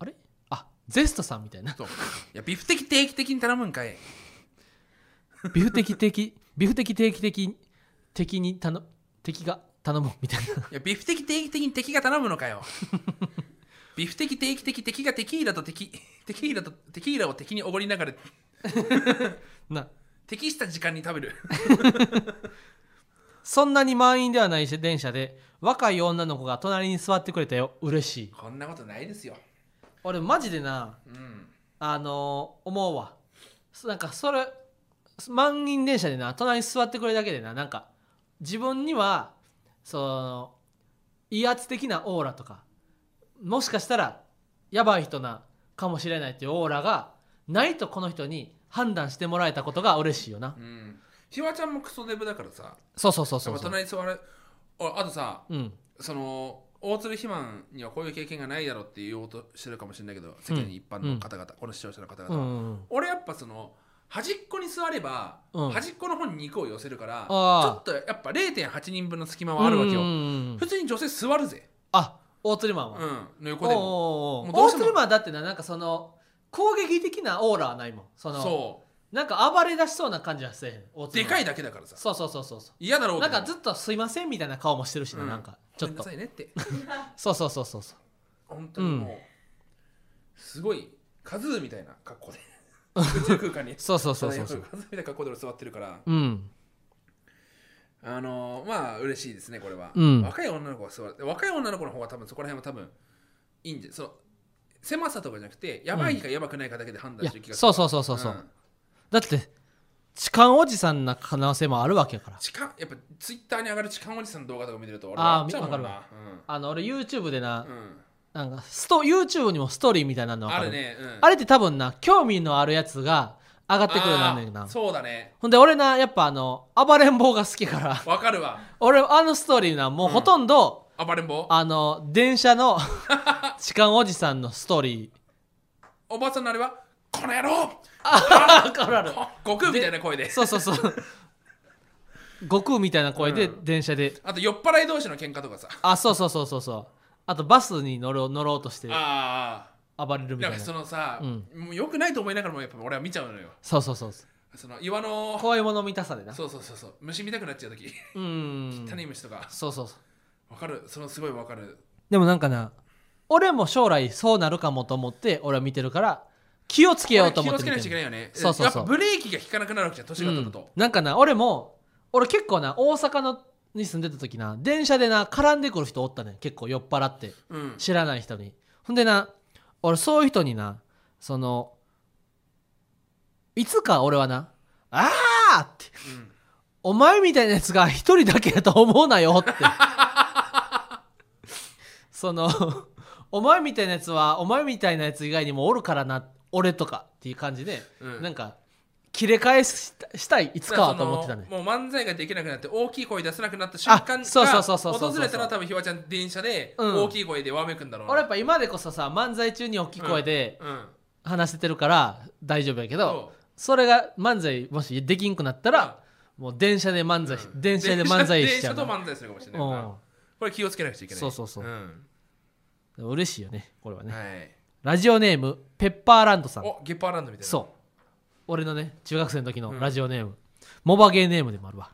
[SPEAKER 1] あれあ、ゼストさんみたい
[SPEAKER 2] *laughs*
[SPEAKER 1] な。
[SPEAKER 2] そういやビフ的定期的に頼むんかい
[SPEAKER 1] ビフ的定期、ビフ的定期的、敵に頼、敵が頼むみたいな。
[SPEAKER 2] いやビフ的定期的に敵が頼むの
[SPEAKER 1] *laughs*
[SPEAKER 2] かよビフ的定期的敵がテキーラと敵テキーラとテキーラを敵におごりながら
[SPEAKER 1] な、
[SPEAKER 2] 適した時間に食べる
[SPEAKER 1] そんなに満員ではない電車で、若い女の子が隣に座ってくれたよ。嬉しい。
[SPEAKER 2] こんなことないですよ
[SPEAKER 1] 俺マジでな、
[SPEAKER 2] うん
[SPEAKER 1] あのー思うわそなんかそれ満員電車でな隣に座ってくれるだけでななんか自分にはその威圧的なオーラとかもしかしたらやばい人なかもしれないっていうオーラがないとこの人に判断してもらえたことが嬉しいよな
[SPEAKER 2] うんひわちゃんもクソデブだからさ
[SPEAKER 1] そうそうそうそ
[SPEAKER 2] やっ
[SPEAKER 1] う
[SPEAKER 2] ぱ
[SPEAKER 1] そう
[SPEAKER 2] 隣に座るああとさ
[SPEAKER 1] うん
[SPEAKER 2] その大鶴肥満にはこういう経験がないだろうって言おうとしてるかもしれないけど世間一般の方々、この視聴者の方
[SPEAKER 1] う
[SPEAKER 2] 々は、
[SPEAKER 1] んうん
[SPEAKER 2] 俺やっぱその端っこに座れば、
[SPEAKER 1] うん
[SPEAKER 2] 端っこの方に肉を寄せるからちょ
[SPEAKER 1] あー
[SPEAKER 2] っとやっぱ0.8人分の隙間はあるわけ
[SPEAKER 1] う
[SPEAKER 2] よ、
[SPEAKER 1] んうんうん
[SPEAKER 2] 普通に女性座るぜ、
[SPEAKER 1] あ大釣りマン
[SPEAKER 2] う
[SPEAKER 1] は、
[SPEAKER 2] ん
[SPEAKER 1] おう、
[SPEAKER 2] の横でも
[SPEAKER 1] おうおう
[SPEAKER 2] もうどう
[SPEAKER 1] 大
[SPEAKER 2] しても
[SPEAKER 1] 釣りマンはだってななんかその攻撃的なオーラはないもんその
[SPEAKER 2] そ
[SPEAKER 1] なんか暴れ出しそうな感じはせえへん大
[SPEAKER 2] う
[SPEAKER 1] 鶴
[SPEAKER 2] で
[SPEAKER 1] マンは
[SPEAKER 2] かいだけだからさ
[SPEAKER 1] そうそうそうそうそう
[SPEAKER 2] 嫌だろう
[SPEAKER 1] な
[SPEAKER 2] け
[SPEAKER 1] んか
[SPEAKER 2] ど
[SPEAKER 1] ずっと「すいません」みたいな顔もしてるしな,、
[SPEAKER 2] うん
[SPEAKER 1] なんかちょっ
[SPEAKER 2] ごめんな
[SPEAKER 1] と
[SPEAKER 2] さいねって
[SPEAKER 1] そうそうそうそうそう
[SPEAKER 2] 本当にもう、
[SPEAKER 1] う
[SPEAKER 2] すごいカズーみたいな格
[SPEAKER 1] *laughs*
[SPEAKER 2] 好で宇宙空間に
[SPEAKER 1] そうそうそうそうそう
[SPEAKER 2] カズーみたいな格好で俺座ってるから
[SPEAKER 1] うん
[SPEAKER 2] あのーまあ嬉しいですねこれは、
[SPEAKER 1] うん
[SPEAKER 2] 若い女の子が座る若い女の子の方が多分そこら辺は多分いいんでその狭さとかじゃなくてやばいかやばくないかだけで判
[SPEAKER 1] い
[SPEAKER 2] 断
[SPEAKER 1] や
[SPEAKER 2] する気がする
[SPEAKER 1] そうそうそうそうそう、
[SPEAKER 2] ん
[SPEAKER 1] だって痴漢おじさんな可能性もあるわけやから
[SPEAKER 2] 痴漢やっぱツイッターに上がる痴漢おじさんの動画とか見てると俺
[SPEAKER 1] あー
[SPEAKER 2] 笑っちゃうもんな
[SPEAKER 1] あの俺 YouTube でな、
[SPEAKER 2] うん、うん
[SPEAKER 1] なんかスト YouTube にもストーリーみたいなの分
[SPEAKER 2] あ
[SPEAKER 1] かる
[SPEAKER 2] るね、うん、
[SPEAKER 1] あれって多分な興味のあるやつが上がってくるようになんねん
[SPEAKER 2] あ
[SPEAKER 1] な
[SPEAKER 2] ーそうだね
[SPEAKER 1] ほんで俺なやっぱあの暴れん坊が好きから *laughs*
[SPEAKER 2] わかるわ
[SPEAKER 1] 俺あのストーリーなもうほとんど、
[SPEAKER 2] 暴れん坊
[SPEAKER 1] あの電車の *laughs* 痴漢おじさんのストーリー
[SPEAKER 2] おばあさんのあれはこの野郎
[SPEAKER 1] ああるある
[SPEAKER 2] こ悟空みたいな声で
[SPEAKER 1] そうそうそう *laughs* 悟空みたいな声で
[SPEAKER 2] う
[SPEAKER 1] 電車で、
[SPEAKER 2] あと酔っ払い同士の喧嘩とかさ
[SPEAKER 1] あそうそうそうそうそうあとバスに乗ろう乗ろうとして
[SPEAKER 2] あ
[SPEAKER 1] 暴れる
[SPEAKER 2] あ
[SPEAKER 1] み
[SPEAKER 2] な
[SPEAKER 1] たいな
[SPEAKER 2] んか
[SPEAKER 1] そ
[SPEAKER 2] そのさ、
[SPEAKER 1] うん
[SPEAKER 2] もうよくないと思いながらもやっぱ俺は見ちゃうのよ
[SPEAKER 1] うそうそうそう
[SPEAKER 2] その岩の
[SPEAKER 1] 怖いもの見たさでな
[SPEAKER 2] そうそうそうそう虫見たくなっちゃう時
[SPEAKER 1] うーん
[SPEAKER 2] 種虫とか
[SPEAKER 1] そうそうそう
[SPEAKER 2] わかるそのすごいわかる
[SPEAKER 1] でもなんかな俺も将来そうなるかもと思って俺は見てるから気をつけようと思って
[SPEAKER 2] これ気をつけな
[SPEAKER 1] 見てる
[SPEAKER 2] いといけないよね
[SPEAKER 1] そうそうそう
[SPEAKER 2] やっぱブレーキが効かなくなるわけじゃん年が
[SPEAKER 1] う
[SPEAKER 2] 経
[SPEAKER 1] ん
[SPEAKER 2] ると、
[SPEAKER 1] なんかな俺も俺結構な大阪のに住んでた時な電車でな絡んでくる人おったね結構酔っ払って
[SPEAKER 2] うん
[SPEAKER 1] 知らない人にほんでな俺そういう人になそのいつか俺はな「ああ!」って
[SPEAKER 2] うん
[SPEAKER 1] 「お前みたいなやつが一人だけやと思うなよ」ってその「お前みたいなやつはお前みたいなやつ以外にもおるからな俺とか」っていう感じで、
[SPEAKER 2] うん
[SPEAKER 1] なんか切れ替えしたしたいいつかはと思ってた
[SPEAKER 2] だ
[SPEAKER 1] ね
[SPEAKER 2] からそのもう漫才ができなくなって大きい声出せなくなった瞬間
[SPEAKER 1] あそうそうそうそうそうそう
[SPEAKER 2] が訪れたら多分ひわちゃん電車で
[SPEAKER 1] うん
[SPEAKER 2] 大きい声でわめくんだろうな
[SPEAKER 1] 俺やっぱ今でこそさ漫才中に大きい声で
[SPEAKER 2] うん
[SPEAKER 1] 話せてるから大丈夫やけど、
[SPEAKER 2] そう
[SPEAKER 1] それが漫才もしできんくなったら、もう電車で漫才し、
[SPEAKER 2] うん
[SPEAKER 1] 電車で漫才しちゃう
[SPEAKER 2] 電車と
[SPEAKER 1] な
[SPEAKER 2] 漫才するかもしれないうからこれ気をつけなくちゃいけない
[SPEAKER 1] そうそうそうんん嬉しいよねこれはね、
[SPEAKER 2] はい
[SPEAKER 1] ラジオネームペッパーランドさん
[SPEAKER 2] おゲッパーランドみたいな
[SPEAKER 1] そう俺のね中学生の時
[SPEAKER 2] う
[SPEAKER 1] の
[SPEAKER 2] ん
[SPEAKER 1] ラジオネーム、モバゲーネームでもある
[SPEAKER 2] *laughs*
[SPEAKER 1] わ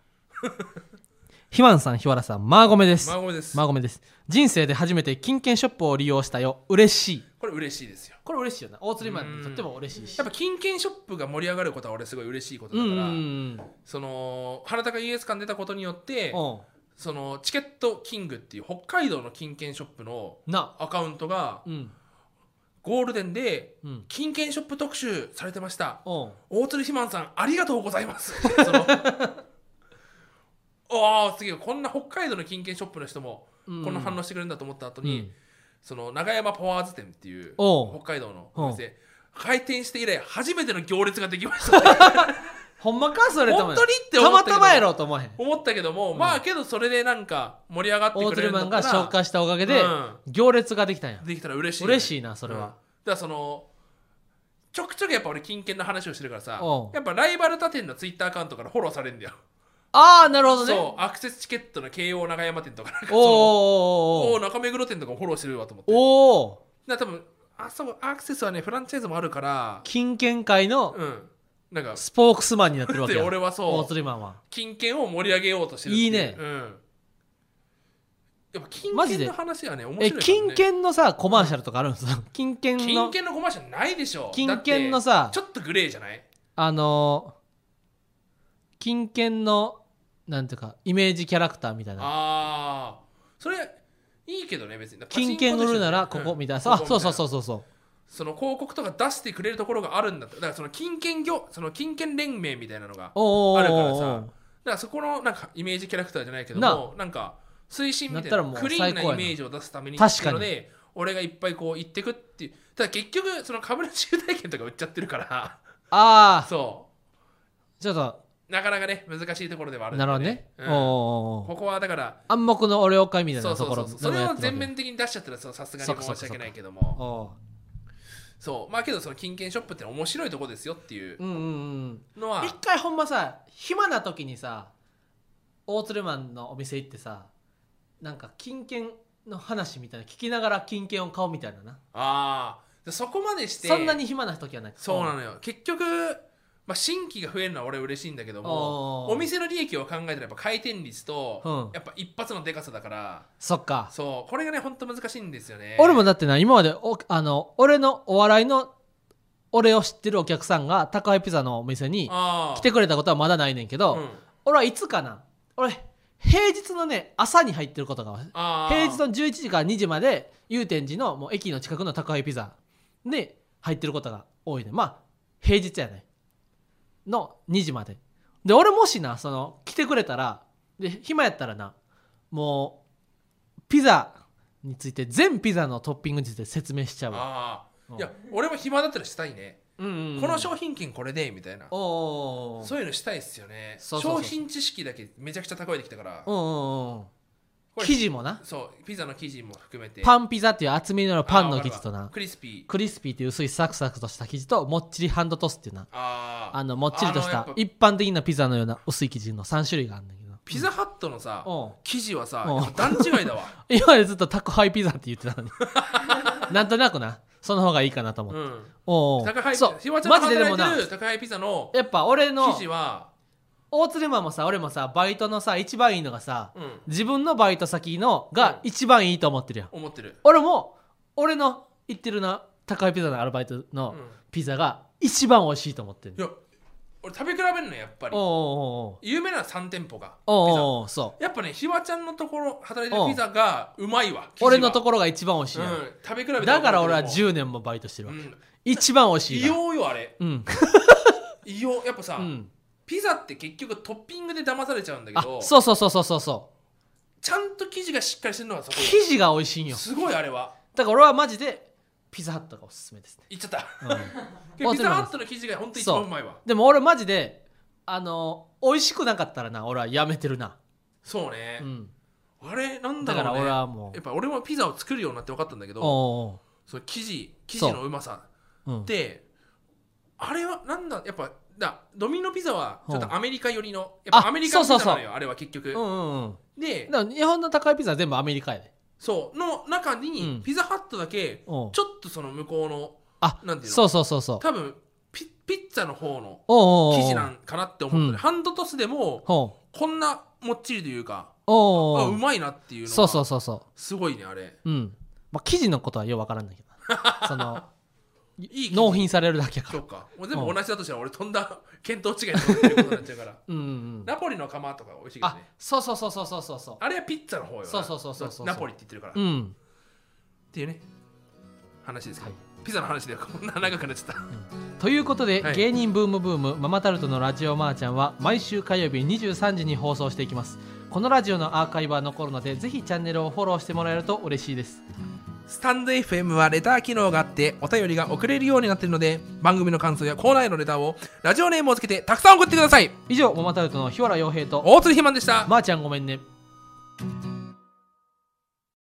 [SPEAKER 1] ひまんさんひわらさんマーゴメです
[SPEAKER 2] 孫です
[SPEAKER 1] マーゴメです人生で初めて金券ショップを利用したよ嬉しい
[SPEAKER 2] これ嬉しいですよ
[SPEAKER 1] これ嬉しいよな大釣りマンにとっても嬉しいし
[SPEAKER 2] やっぱ金券ショップが盛り上がることは俺すごい嬉しいこと
[SPEAKER 1] う
[SPEAKER 2] だ
[SPEAKER 1] ん
[SPEAKER 2] か
[SPEAKER 1] うんう
[SPEAKER 2] ら
[SPEAKER 1] ん
[SPEAKER 2] その原高 US 館出たことによって
[SPEAKER 1] お
[SPEAKER 2] そのチケットキングっていう北海道の金券ショップの
[SPEAKER 1] うな
[SPEAKER 2] アカウントが
[SPEAKER 1] うん
[SPEAKER 2] ゴールデンで
[SPEAKER 1] うん
[SPEAKER 2] 金券ショップ特集されてました
[SPEAKER 1] おう
[SPEAKER 2] 大鶴ひまんさんありがとうございますその *laughs* ああすげえこんな北海道の金券ショップの人も
[SPEAKER 1] うん
[SPEAKER 2] こんな反応してくれるんだと思った後
[SPEAKER 1] う
[SPEAKER 2] に、
[SPEAKER 1] ん
[SPEAKER 2] その長山パワーズ店っていう
[SPEAKER 1] おう
[SPEAKER 2] 北海道の
[SPEAKER 1] おう
[SPEAKER 2] お店開店して以来初めての行列ができました *laughs*
[SPEAKER 1] ほんまかそれとも
[SPEAKER 2] 本当にって
[SPEAKER 1] た
[SPEAKER 2] 思
[SPEAKER 1] ま
[SPEAKER 2] ったけど
[SPEAKER 1] たまやろと思わへん
[SPEAKER 2] 思ったけども、まあけどそれでなんか盛り上がって
[SPEAKER 1] 大
[SPEAKER 2] くれ
[SPEAKER 1] 鶴
[SPEAKER 2] るん
[SPEAKER 1] マ
[SPEAKER 2] だ
[SPEAKER 1] ン
[SPEAKER 2] った
[SPEAKER 1] が紹
[SPEAKER 2] ら
[SPEAKER 1] 介したおかげで
[SPEAKER 2] うん
[SPEAKER 1] 行列ができたんや
[SPEAKER 2] できたら嬉しい、
[SPEAKER 1] 嬉し
[SPEAKER 2] い
[SPEAKER 1] いなそれ
[SPEAKER 2] だか
[SPEAKER 1] は
[SPEAKER 2] らそのちょくちょくやっぱ俺金券の話をしてるからさ
[SPEAKER 1] おう
[SPEAKER 2] やっぱライバル他店のツイッターアカウントからフォローされるんだよ
[SPEAKER 1] ああなるほどね
[SPEAKER 2] そうアクセスチケットの慶応長山店とかなんかそのお
[SPEAKER 1] お
[SPEAKER 2] お
[SPEAKER 1] ー
[SPEAKER 2] 中目黒店とかもフォローしてるわと思って
[SPEAKER 1] おお
[SPEAKER 2] だから多分あそうアクセスはねフランチャイズもあるから
[SPEAKER 1] 金券界の
[SPEAKER 2] うんなんか
[SPEAKER 1] スポークスマンになってるわけ
[SPEAKER 2] で
[SPEAKER 1] や
[SPEAKER 2] 俺は
[SPEAKER 1] 大
[SPEAKER 2] *laughs* そう
[SPEAKER 1] 鶴マンは
[SPEAKER 2] 金券を盛り上げようとしてるってう
[SPEAKER 1] いいね
[SPEAKER 2] うんやっぱ
[SPEAKER 1] マジ
[SPEAKER 2] 金券
[SPEAKER 1] で
[SPEAKER 2] の話はね面白い
[SPEAKER 1] え
[SPEAKER 2] からね
[SPEAKER 1] 金券のさコマーシャルとかあるんですか金券
[SPEAKER 2] 金
[SPEAKER 1] の
[SPEAKER 2] 券のコマーシャルないでしょ
[SPEAKER 1] 金券の
[SPEAKER 2] だ
[SPEAKER 1] さ
[SPEAKER 2] ってちょっとグレーじゃない
[SPEAKER 1] あのー金券のなんていうかイメージキャラクターみたいな
[SPEAKER 2] ああそれいいけどね別に
[SPEAKER 1] 金券売るならここみたいなさあそうそうそううそうそう
[SPEAKER 2] その広告とか出してくれるところがあるんだとだからその金券業その金券連盟みたいなのがだか
[SPEAKER 1] おーおーおー
[SPEAKER 2] あるからさらそこのなんかイメージキャラクターじゃないけどもなんか推進みたい
[SPEAKER 1] なったらも
[SPEAKER 2] な
[SPEAKER 1] う
[SPEAKER 2] クリー
[SPEAKER 1] 最
[SPEAKER 2] ンなイ
[SPEAKER 1] 高やな
[SPEAKER 2] メージを出すために
[SPEAKER 1] 確かに
[SPEAKER 2] っていうので俺がいっぱいこう言ってくっていうただ結局その株主優待券とか売っちゃってるから
[SPEAKER 1] ああ
[SPEAKER 2] そ
[SPEAKER 1] ちょっと
[SPEAKER 2] なかなかね難しいところではあるんで
[SPEAKER 1] なるほどね。お
[SPEAKER 2] う
[SPEAKER 1] ーお
[SPEAKER 2] ん
[SPEAKER 1] ーおー
[SPEAKER 2] ここはだから
[SPEAKER 1] 暗黙の俺を会みたい
[SPEAKER 2] そ
[SPEAKER 1] な
[SPEAKER 2] うそ
[SPEAKER 1] ところ
[SPEAKER 2] うそうそうそれを全
[SPEAKER 1] で。
[SPEAKER 2] 面的に出しちゃったらそのさすが
[SPEAKER 1] そうか
[SPEAKER 2] に
[SPEAKER 1] そう
[SPEAKER 2] 申
[SPEAKER 1] か
[SPEAKER 2] し訳ないけども
[SPEAKER 1] おー
[SPEAKER 2] そうまあけどその金券ショップってのは面白いとこですよっていう
[SPEAKER 1] うんうんうん。
[SPEAKER 2] のは
[SPEAKER 1] 一回ほんまさ暇な時にさ大鶴マンのお店行ってさなんか金券の話みたいな聞きながら金券を買おうみたいなな
[SPEAKER 2] ああそこまでして
[SPEAKER 1] そんなに暇な時はない
[SPEAKER 2] そうな
[SPEAKER 1] の
[SPEAKER 2] のよ結局、まあ、新規が増えるのは俺嬉しいんだけど
[SPEAKER 1] おー
[SPEAKER 2] もお店の利益を考えたらやっぱ回転率と、
[SPEAKER 1] うん
[SPEAKER 2] やっぱ一発のでかさだから
[SPEAKER 1] そっか、
[SPEAKER 2] そうこれがねほんと難しいんですよね
[SPEAKER 1] 俺もだってな今までおあの俺のお笑いの俺を知ってるお客さんが高いピザのお店に
[SPEAKER 2] あー
[SPEAKER 1] 来てくれたことはまだないねんけど、
[SPEAKER 2] うん
[SPEAKER 1] 俺はいつかな俺平日のね朝に入ってることが
[SPEAKER 2] あー
[SPEAKER 1] 平日の11時から2時まで祐天寺のもう駅の近くの宅配ピザで入ってることが多いねまあ平日やねの2時までで俺もしなその来てくれたらで暇やったらなもうピザについて全ピザのトッピングについて説明しちゃうわ
[SPEAKER 2] あ
[SPEAKER 1] う
[SPEAKER 2] あ
[SPEAKER 1] ん
[SPEAKER 2] いや俺も暇だったらしたいね、
[SPEAKER 1] うんうんうん
[SPEAKER 2] この商品券これでみたいな
[SPEAKER 1] おお
[SPEAKER 2] そういうのしたいっすよね
[SPEAKER 1] そうそうそう
[SPEAKER 2] 商品知識だけめちゃくちゃ高いできたから
[SPEAKER 1] うんうんうん
[SPEAKER 2] これ
[SPEAKER 1] 生地もな
[SPEAKER 2] そうピザの生地も含めてン
[SPEAKER 1] パンピザっていう厚みのあるパンの生地とな
[SPEAKER 2] クリスピー
[SPEAKER 1] クリスピーっていう薄いサクサクとした生地ともっちりハンドトスっていうな
[SPEAKER 2] あー
[SPEAKER 1] あのもっちりとした
[SPEAKER 2] あのやっぱ
[SPEAKER 1] 一般的なピザのような薄い生地の3種類があるんだけど
[SPEAKER 2] ピザハットのさ
[SPEAKER 1] うん
[SPEAKER 2] 生地はさ
[SPEAKER 1] うん
[SPEAKER 2] やっぱ段違い
[SPEAKER 1] *laughs*
[SPEAKER 2] だわ
[SPEAKER 1] 今までずっと宅配ピザって言って
[SPEAKER 2] *laughs*
[SPEAKER 1] たのになんとなくなその方がいいかなと思っ
[SPEAKER 2] う
[SPEAKER 1] て、
[SPEAKER 2] ん
[SPEAKER 1] おうおう
[SPEAKER 2] 宅配
[SPEAKER 1] そう
[SPEAKER 2] ひわちゃん
[SPEAKER 1] マ
[SPEAKER 2] の
[SPEAKER 1] ジででも
[SPEAKER 2] 働
[SPEAKER 1] な
[SPEAKER 2] いてる宅配ピザの
[SPEAKER 1] やっぱ俺の
[SPEAKER 2] 生地は
[SPEAKER 1] 大鶴マンもさ俺もさバイトのさ一番いいのがさ
[SPEAKER 2] うん
[SPEAKER 1] 自分のバイト先のが一番いいと思ってるやん、
[SPEAKER 2] 思ってる
[SPEAKER 1] 俺も俺の行ってるな宅配ピザのアルバイト
[SPEAKER 2] う
[SPEAKER 1] の
[SPEAKER 2] ん
[SPEAKER 1] ピザが一番美味しいと思ってる
[SPEAKER 2] いや俺食べ比べるのやっぱり
[SPEAKER 1] おうおうおう
[SPEAKER 2] 有名な3店舗が
[SPEAKER 1] おう
[SPEAKER 2] ピザ
[SPEAKER 1] おうおうそ
[SPEAKER 2] やっぱねひわちゃんのところ働いてるピザがうまい
[SPEAKER 1] う
[SPEAKER 2] わ
[SPEAKER 1] 俺のと
[SPEAKER 2] こ
[SPEAKER 1] ころが一番美味しい
[SPEAKER 2] うん
[SPEAKER 1] やん、
[SPEAKER 2] 食べ比べ *laughs* た
[SPEAKER 1] だから俺は
[SPEAKER 2] もう
[SPEAKER 1] 10年もバイトしてるわ
[SPEAKER 2] う
[SPEAKER 1] け、
[SPEAKER 2] ん
[SPEAKER 1] 一番美味しい
[SPEAKER 2] 異
[SPEAKER 1] が
[SPEAKER 2] 様よあれ
[SPEAKER 1] うん、
[SPEAKER 2] 異様やっぱさ
[SPEAKER 1] うん、
[SPEAKER 2] ピザって結局トッピングで騙されちゃうんだけ
[SPEAKER 1] あ
[SPEAKER 2] ど
[SPEAKER 1] そうそうそうそうそうそう
[SPEAKER 2] ちゃんと生地がしっかりしてるのがそこよ
[SPEAKER 1] 生地が美味しいんよ
[SPEAKER 2] すごいあれは
[SPEAKER 1] だから俺はマジでピザハットがおすすめですね、
[SPEAKER 2] 言っちゃった
[SPEAKER 1] うん、
[SPEAKER 2] ピザハットの生地が本当一番うまいわ
[SPEAKER 1] でも俺マジであの美味しくなかったらな俺はやめてるな、
[SPEAKER 2] そうね
[SPEAKER 1] うん、
[SPEAKER 2] あれなんだ
[SPEAKER 1] だから
[SPEAKER 2] ろう
[SPEAKER 1] 俺
[SPEAKER 2] ね
[SPEAKER 1] はもう
[SPEAKER 2] やっぱ俺もピザを作るようになって分かったんだけど
[SPEAKER 1] お
[SPEAKER 2] その生地生地のうまさ
[SPEAKER 1] うおう、うん、
[SPEAKER 2] であれはなんだやっぱだドミノピザはちょっ
[SPEAKER 1] うん
[SPEAKER 2] とアメリカ寄りのやっぱ
[SPEAKER 1] あ
[SPEAKER 2] アメリカのピ
[SPEAKER 1] そう
[SPEAKER 2] ザ
[SPEAKER 1] そうそう
[SPEAKER 2] なのよあれは結局
[SPEAKER 1] うんうんうん
[SPEAKER 2] で
[SPEAKER 1] だから日本の高いピザは全部アメリカやで
[SPEAKER 2] そうの中
[SPEAKER 1] う
[SPEAKER 2] に
[SPEAKER 1] ん
[SPEAKER 2] ピザハットだけ
[SPEAKER 1] おう
[SPEAKER 2] ちょっとその向こうの
[SPEAKER 1] あ
[SPEAKER 2] なんていうの
[SPEAKER 1] そうそうそうそう
[SPEAKER 2] 多分ピピッツァの方の
[SPEAKER 1] おうおうおう
[SPEAKER 2] 生地なんかなって思った
[SPEAKER 1] うん
[SPEAKER 2] ねハンドトスでも
[SPEAKER 1] ほう
[SPEAKER 2] こんなもっちりというか
[SPEAKER 1] おう
[SPEAKER 2] あ
[SPEAKER 1] おう
[SPEAKER 2] うまいなっていうのが
[SPEAKER 1] そうそうそうそ
[SPEAKER 2] すごいねあれ
[SPEAKER 1] ううん、まあ、生地のことはようわからんだけど
[SPEAKER 2] *laughs*
[SPEAKER 1] なその
[SPEAKER 2] いい
[SPEAKER 1] 納品されるだけやか
[SPEAKER 2] そ
[SPEAKER 1] ら
[SPEAKER 2] うかもう全部同じだとしたら俺とんだ見当違いになってることになっちゃうから
[SPEAKER 1] うんうんうん
[SPEAKER 2] ナポリの釜とか美味しいけど
[SPEAKER 1] あ
[SPEAKER 2] ね
[SPEAKER 1] そうそうそうそうそうそうそう
[SPEAKER 2] あれはピッツァの方よな
[SPEAKER 1] そうそうそうそうそう
[SPEAKER 2] ナポリって言ってるから、
[SPEAKER 1] う
[SPEAKER 2] っ
[SPEAKER 1] ん
[SPEAKER 2] ていうね話ですけど、
[SPEAKER 1] は
[SPEAKER 2] ピザの話でこんな長くなっちゃった
[SPEAKER 1] ということで、
[SPEAKER 2] はい
[SPEAKER 1] 芸人ブームブームママタルトのラジオマーちゃんは毎週火曜日23時に放送していきますこのラジオのアーカイブは残るのでぜひチャンネルをフォローしてもらえると嬉しいです
[SPEAKER 2] スタンド FM はレター機能があってお便りが送れるようになっているので番組の感想やコーナーへのレターをラジオネームをつけてたくさん送ってください
[SPEAKER 1] 以上ママタルトの日原洋平と
[SPEAKER 2] 大鶴ひまんでした
[SPEAKER 1] マーちゃんごめんね
[SPEAKER 3] 「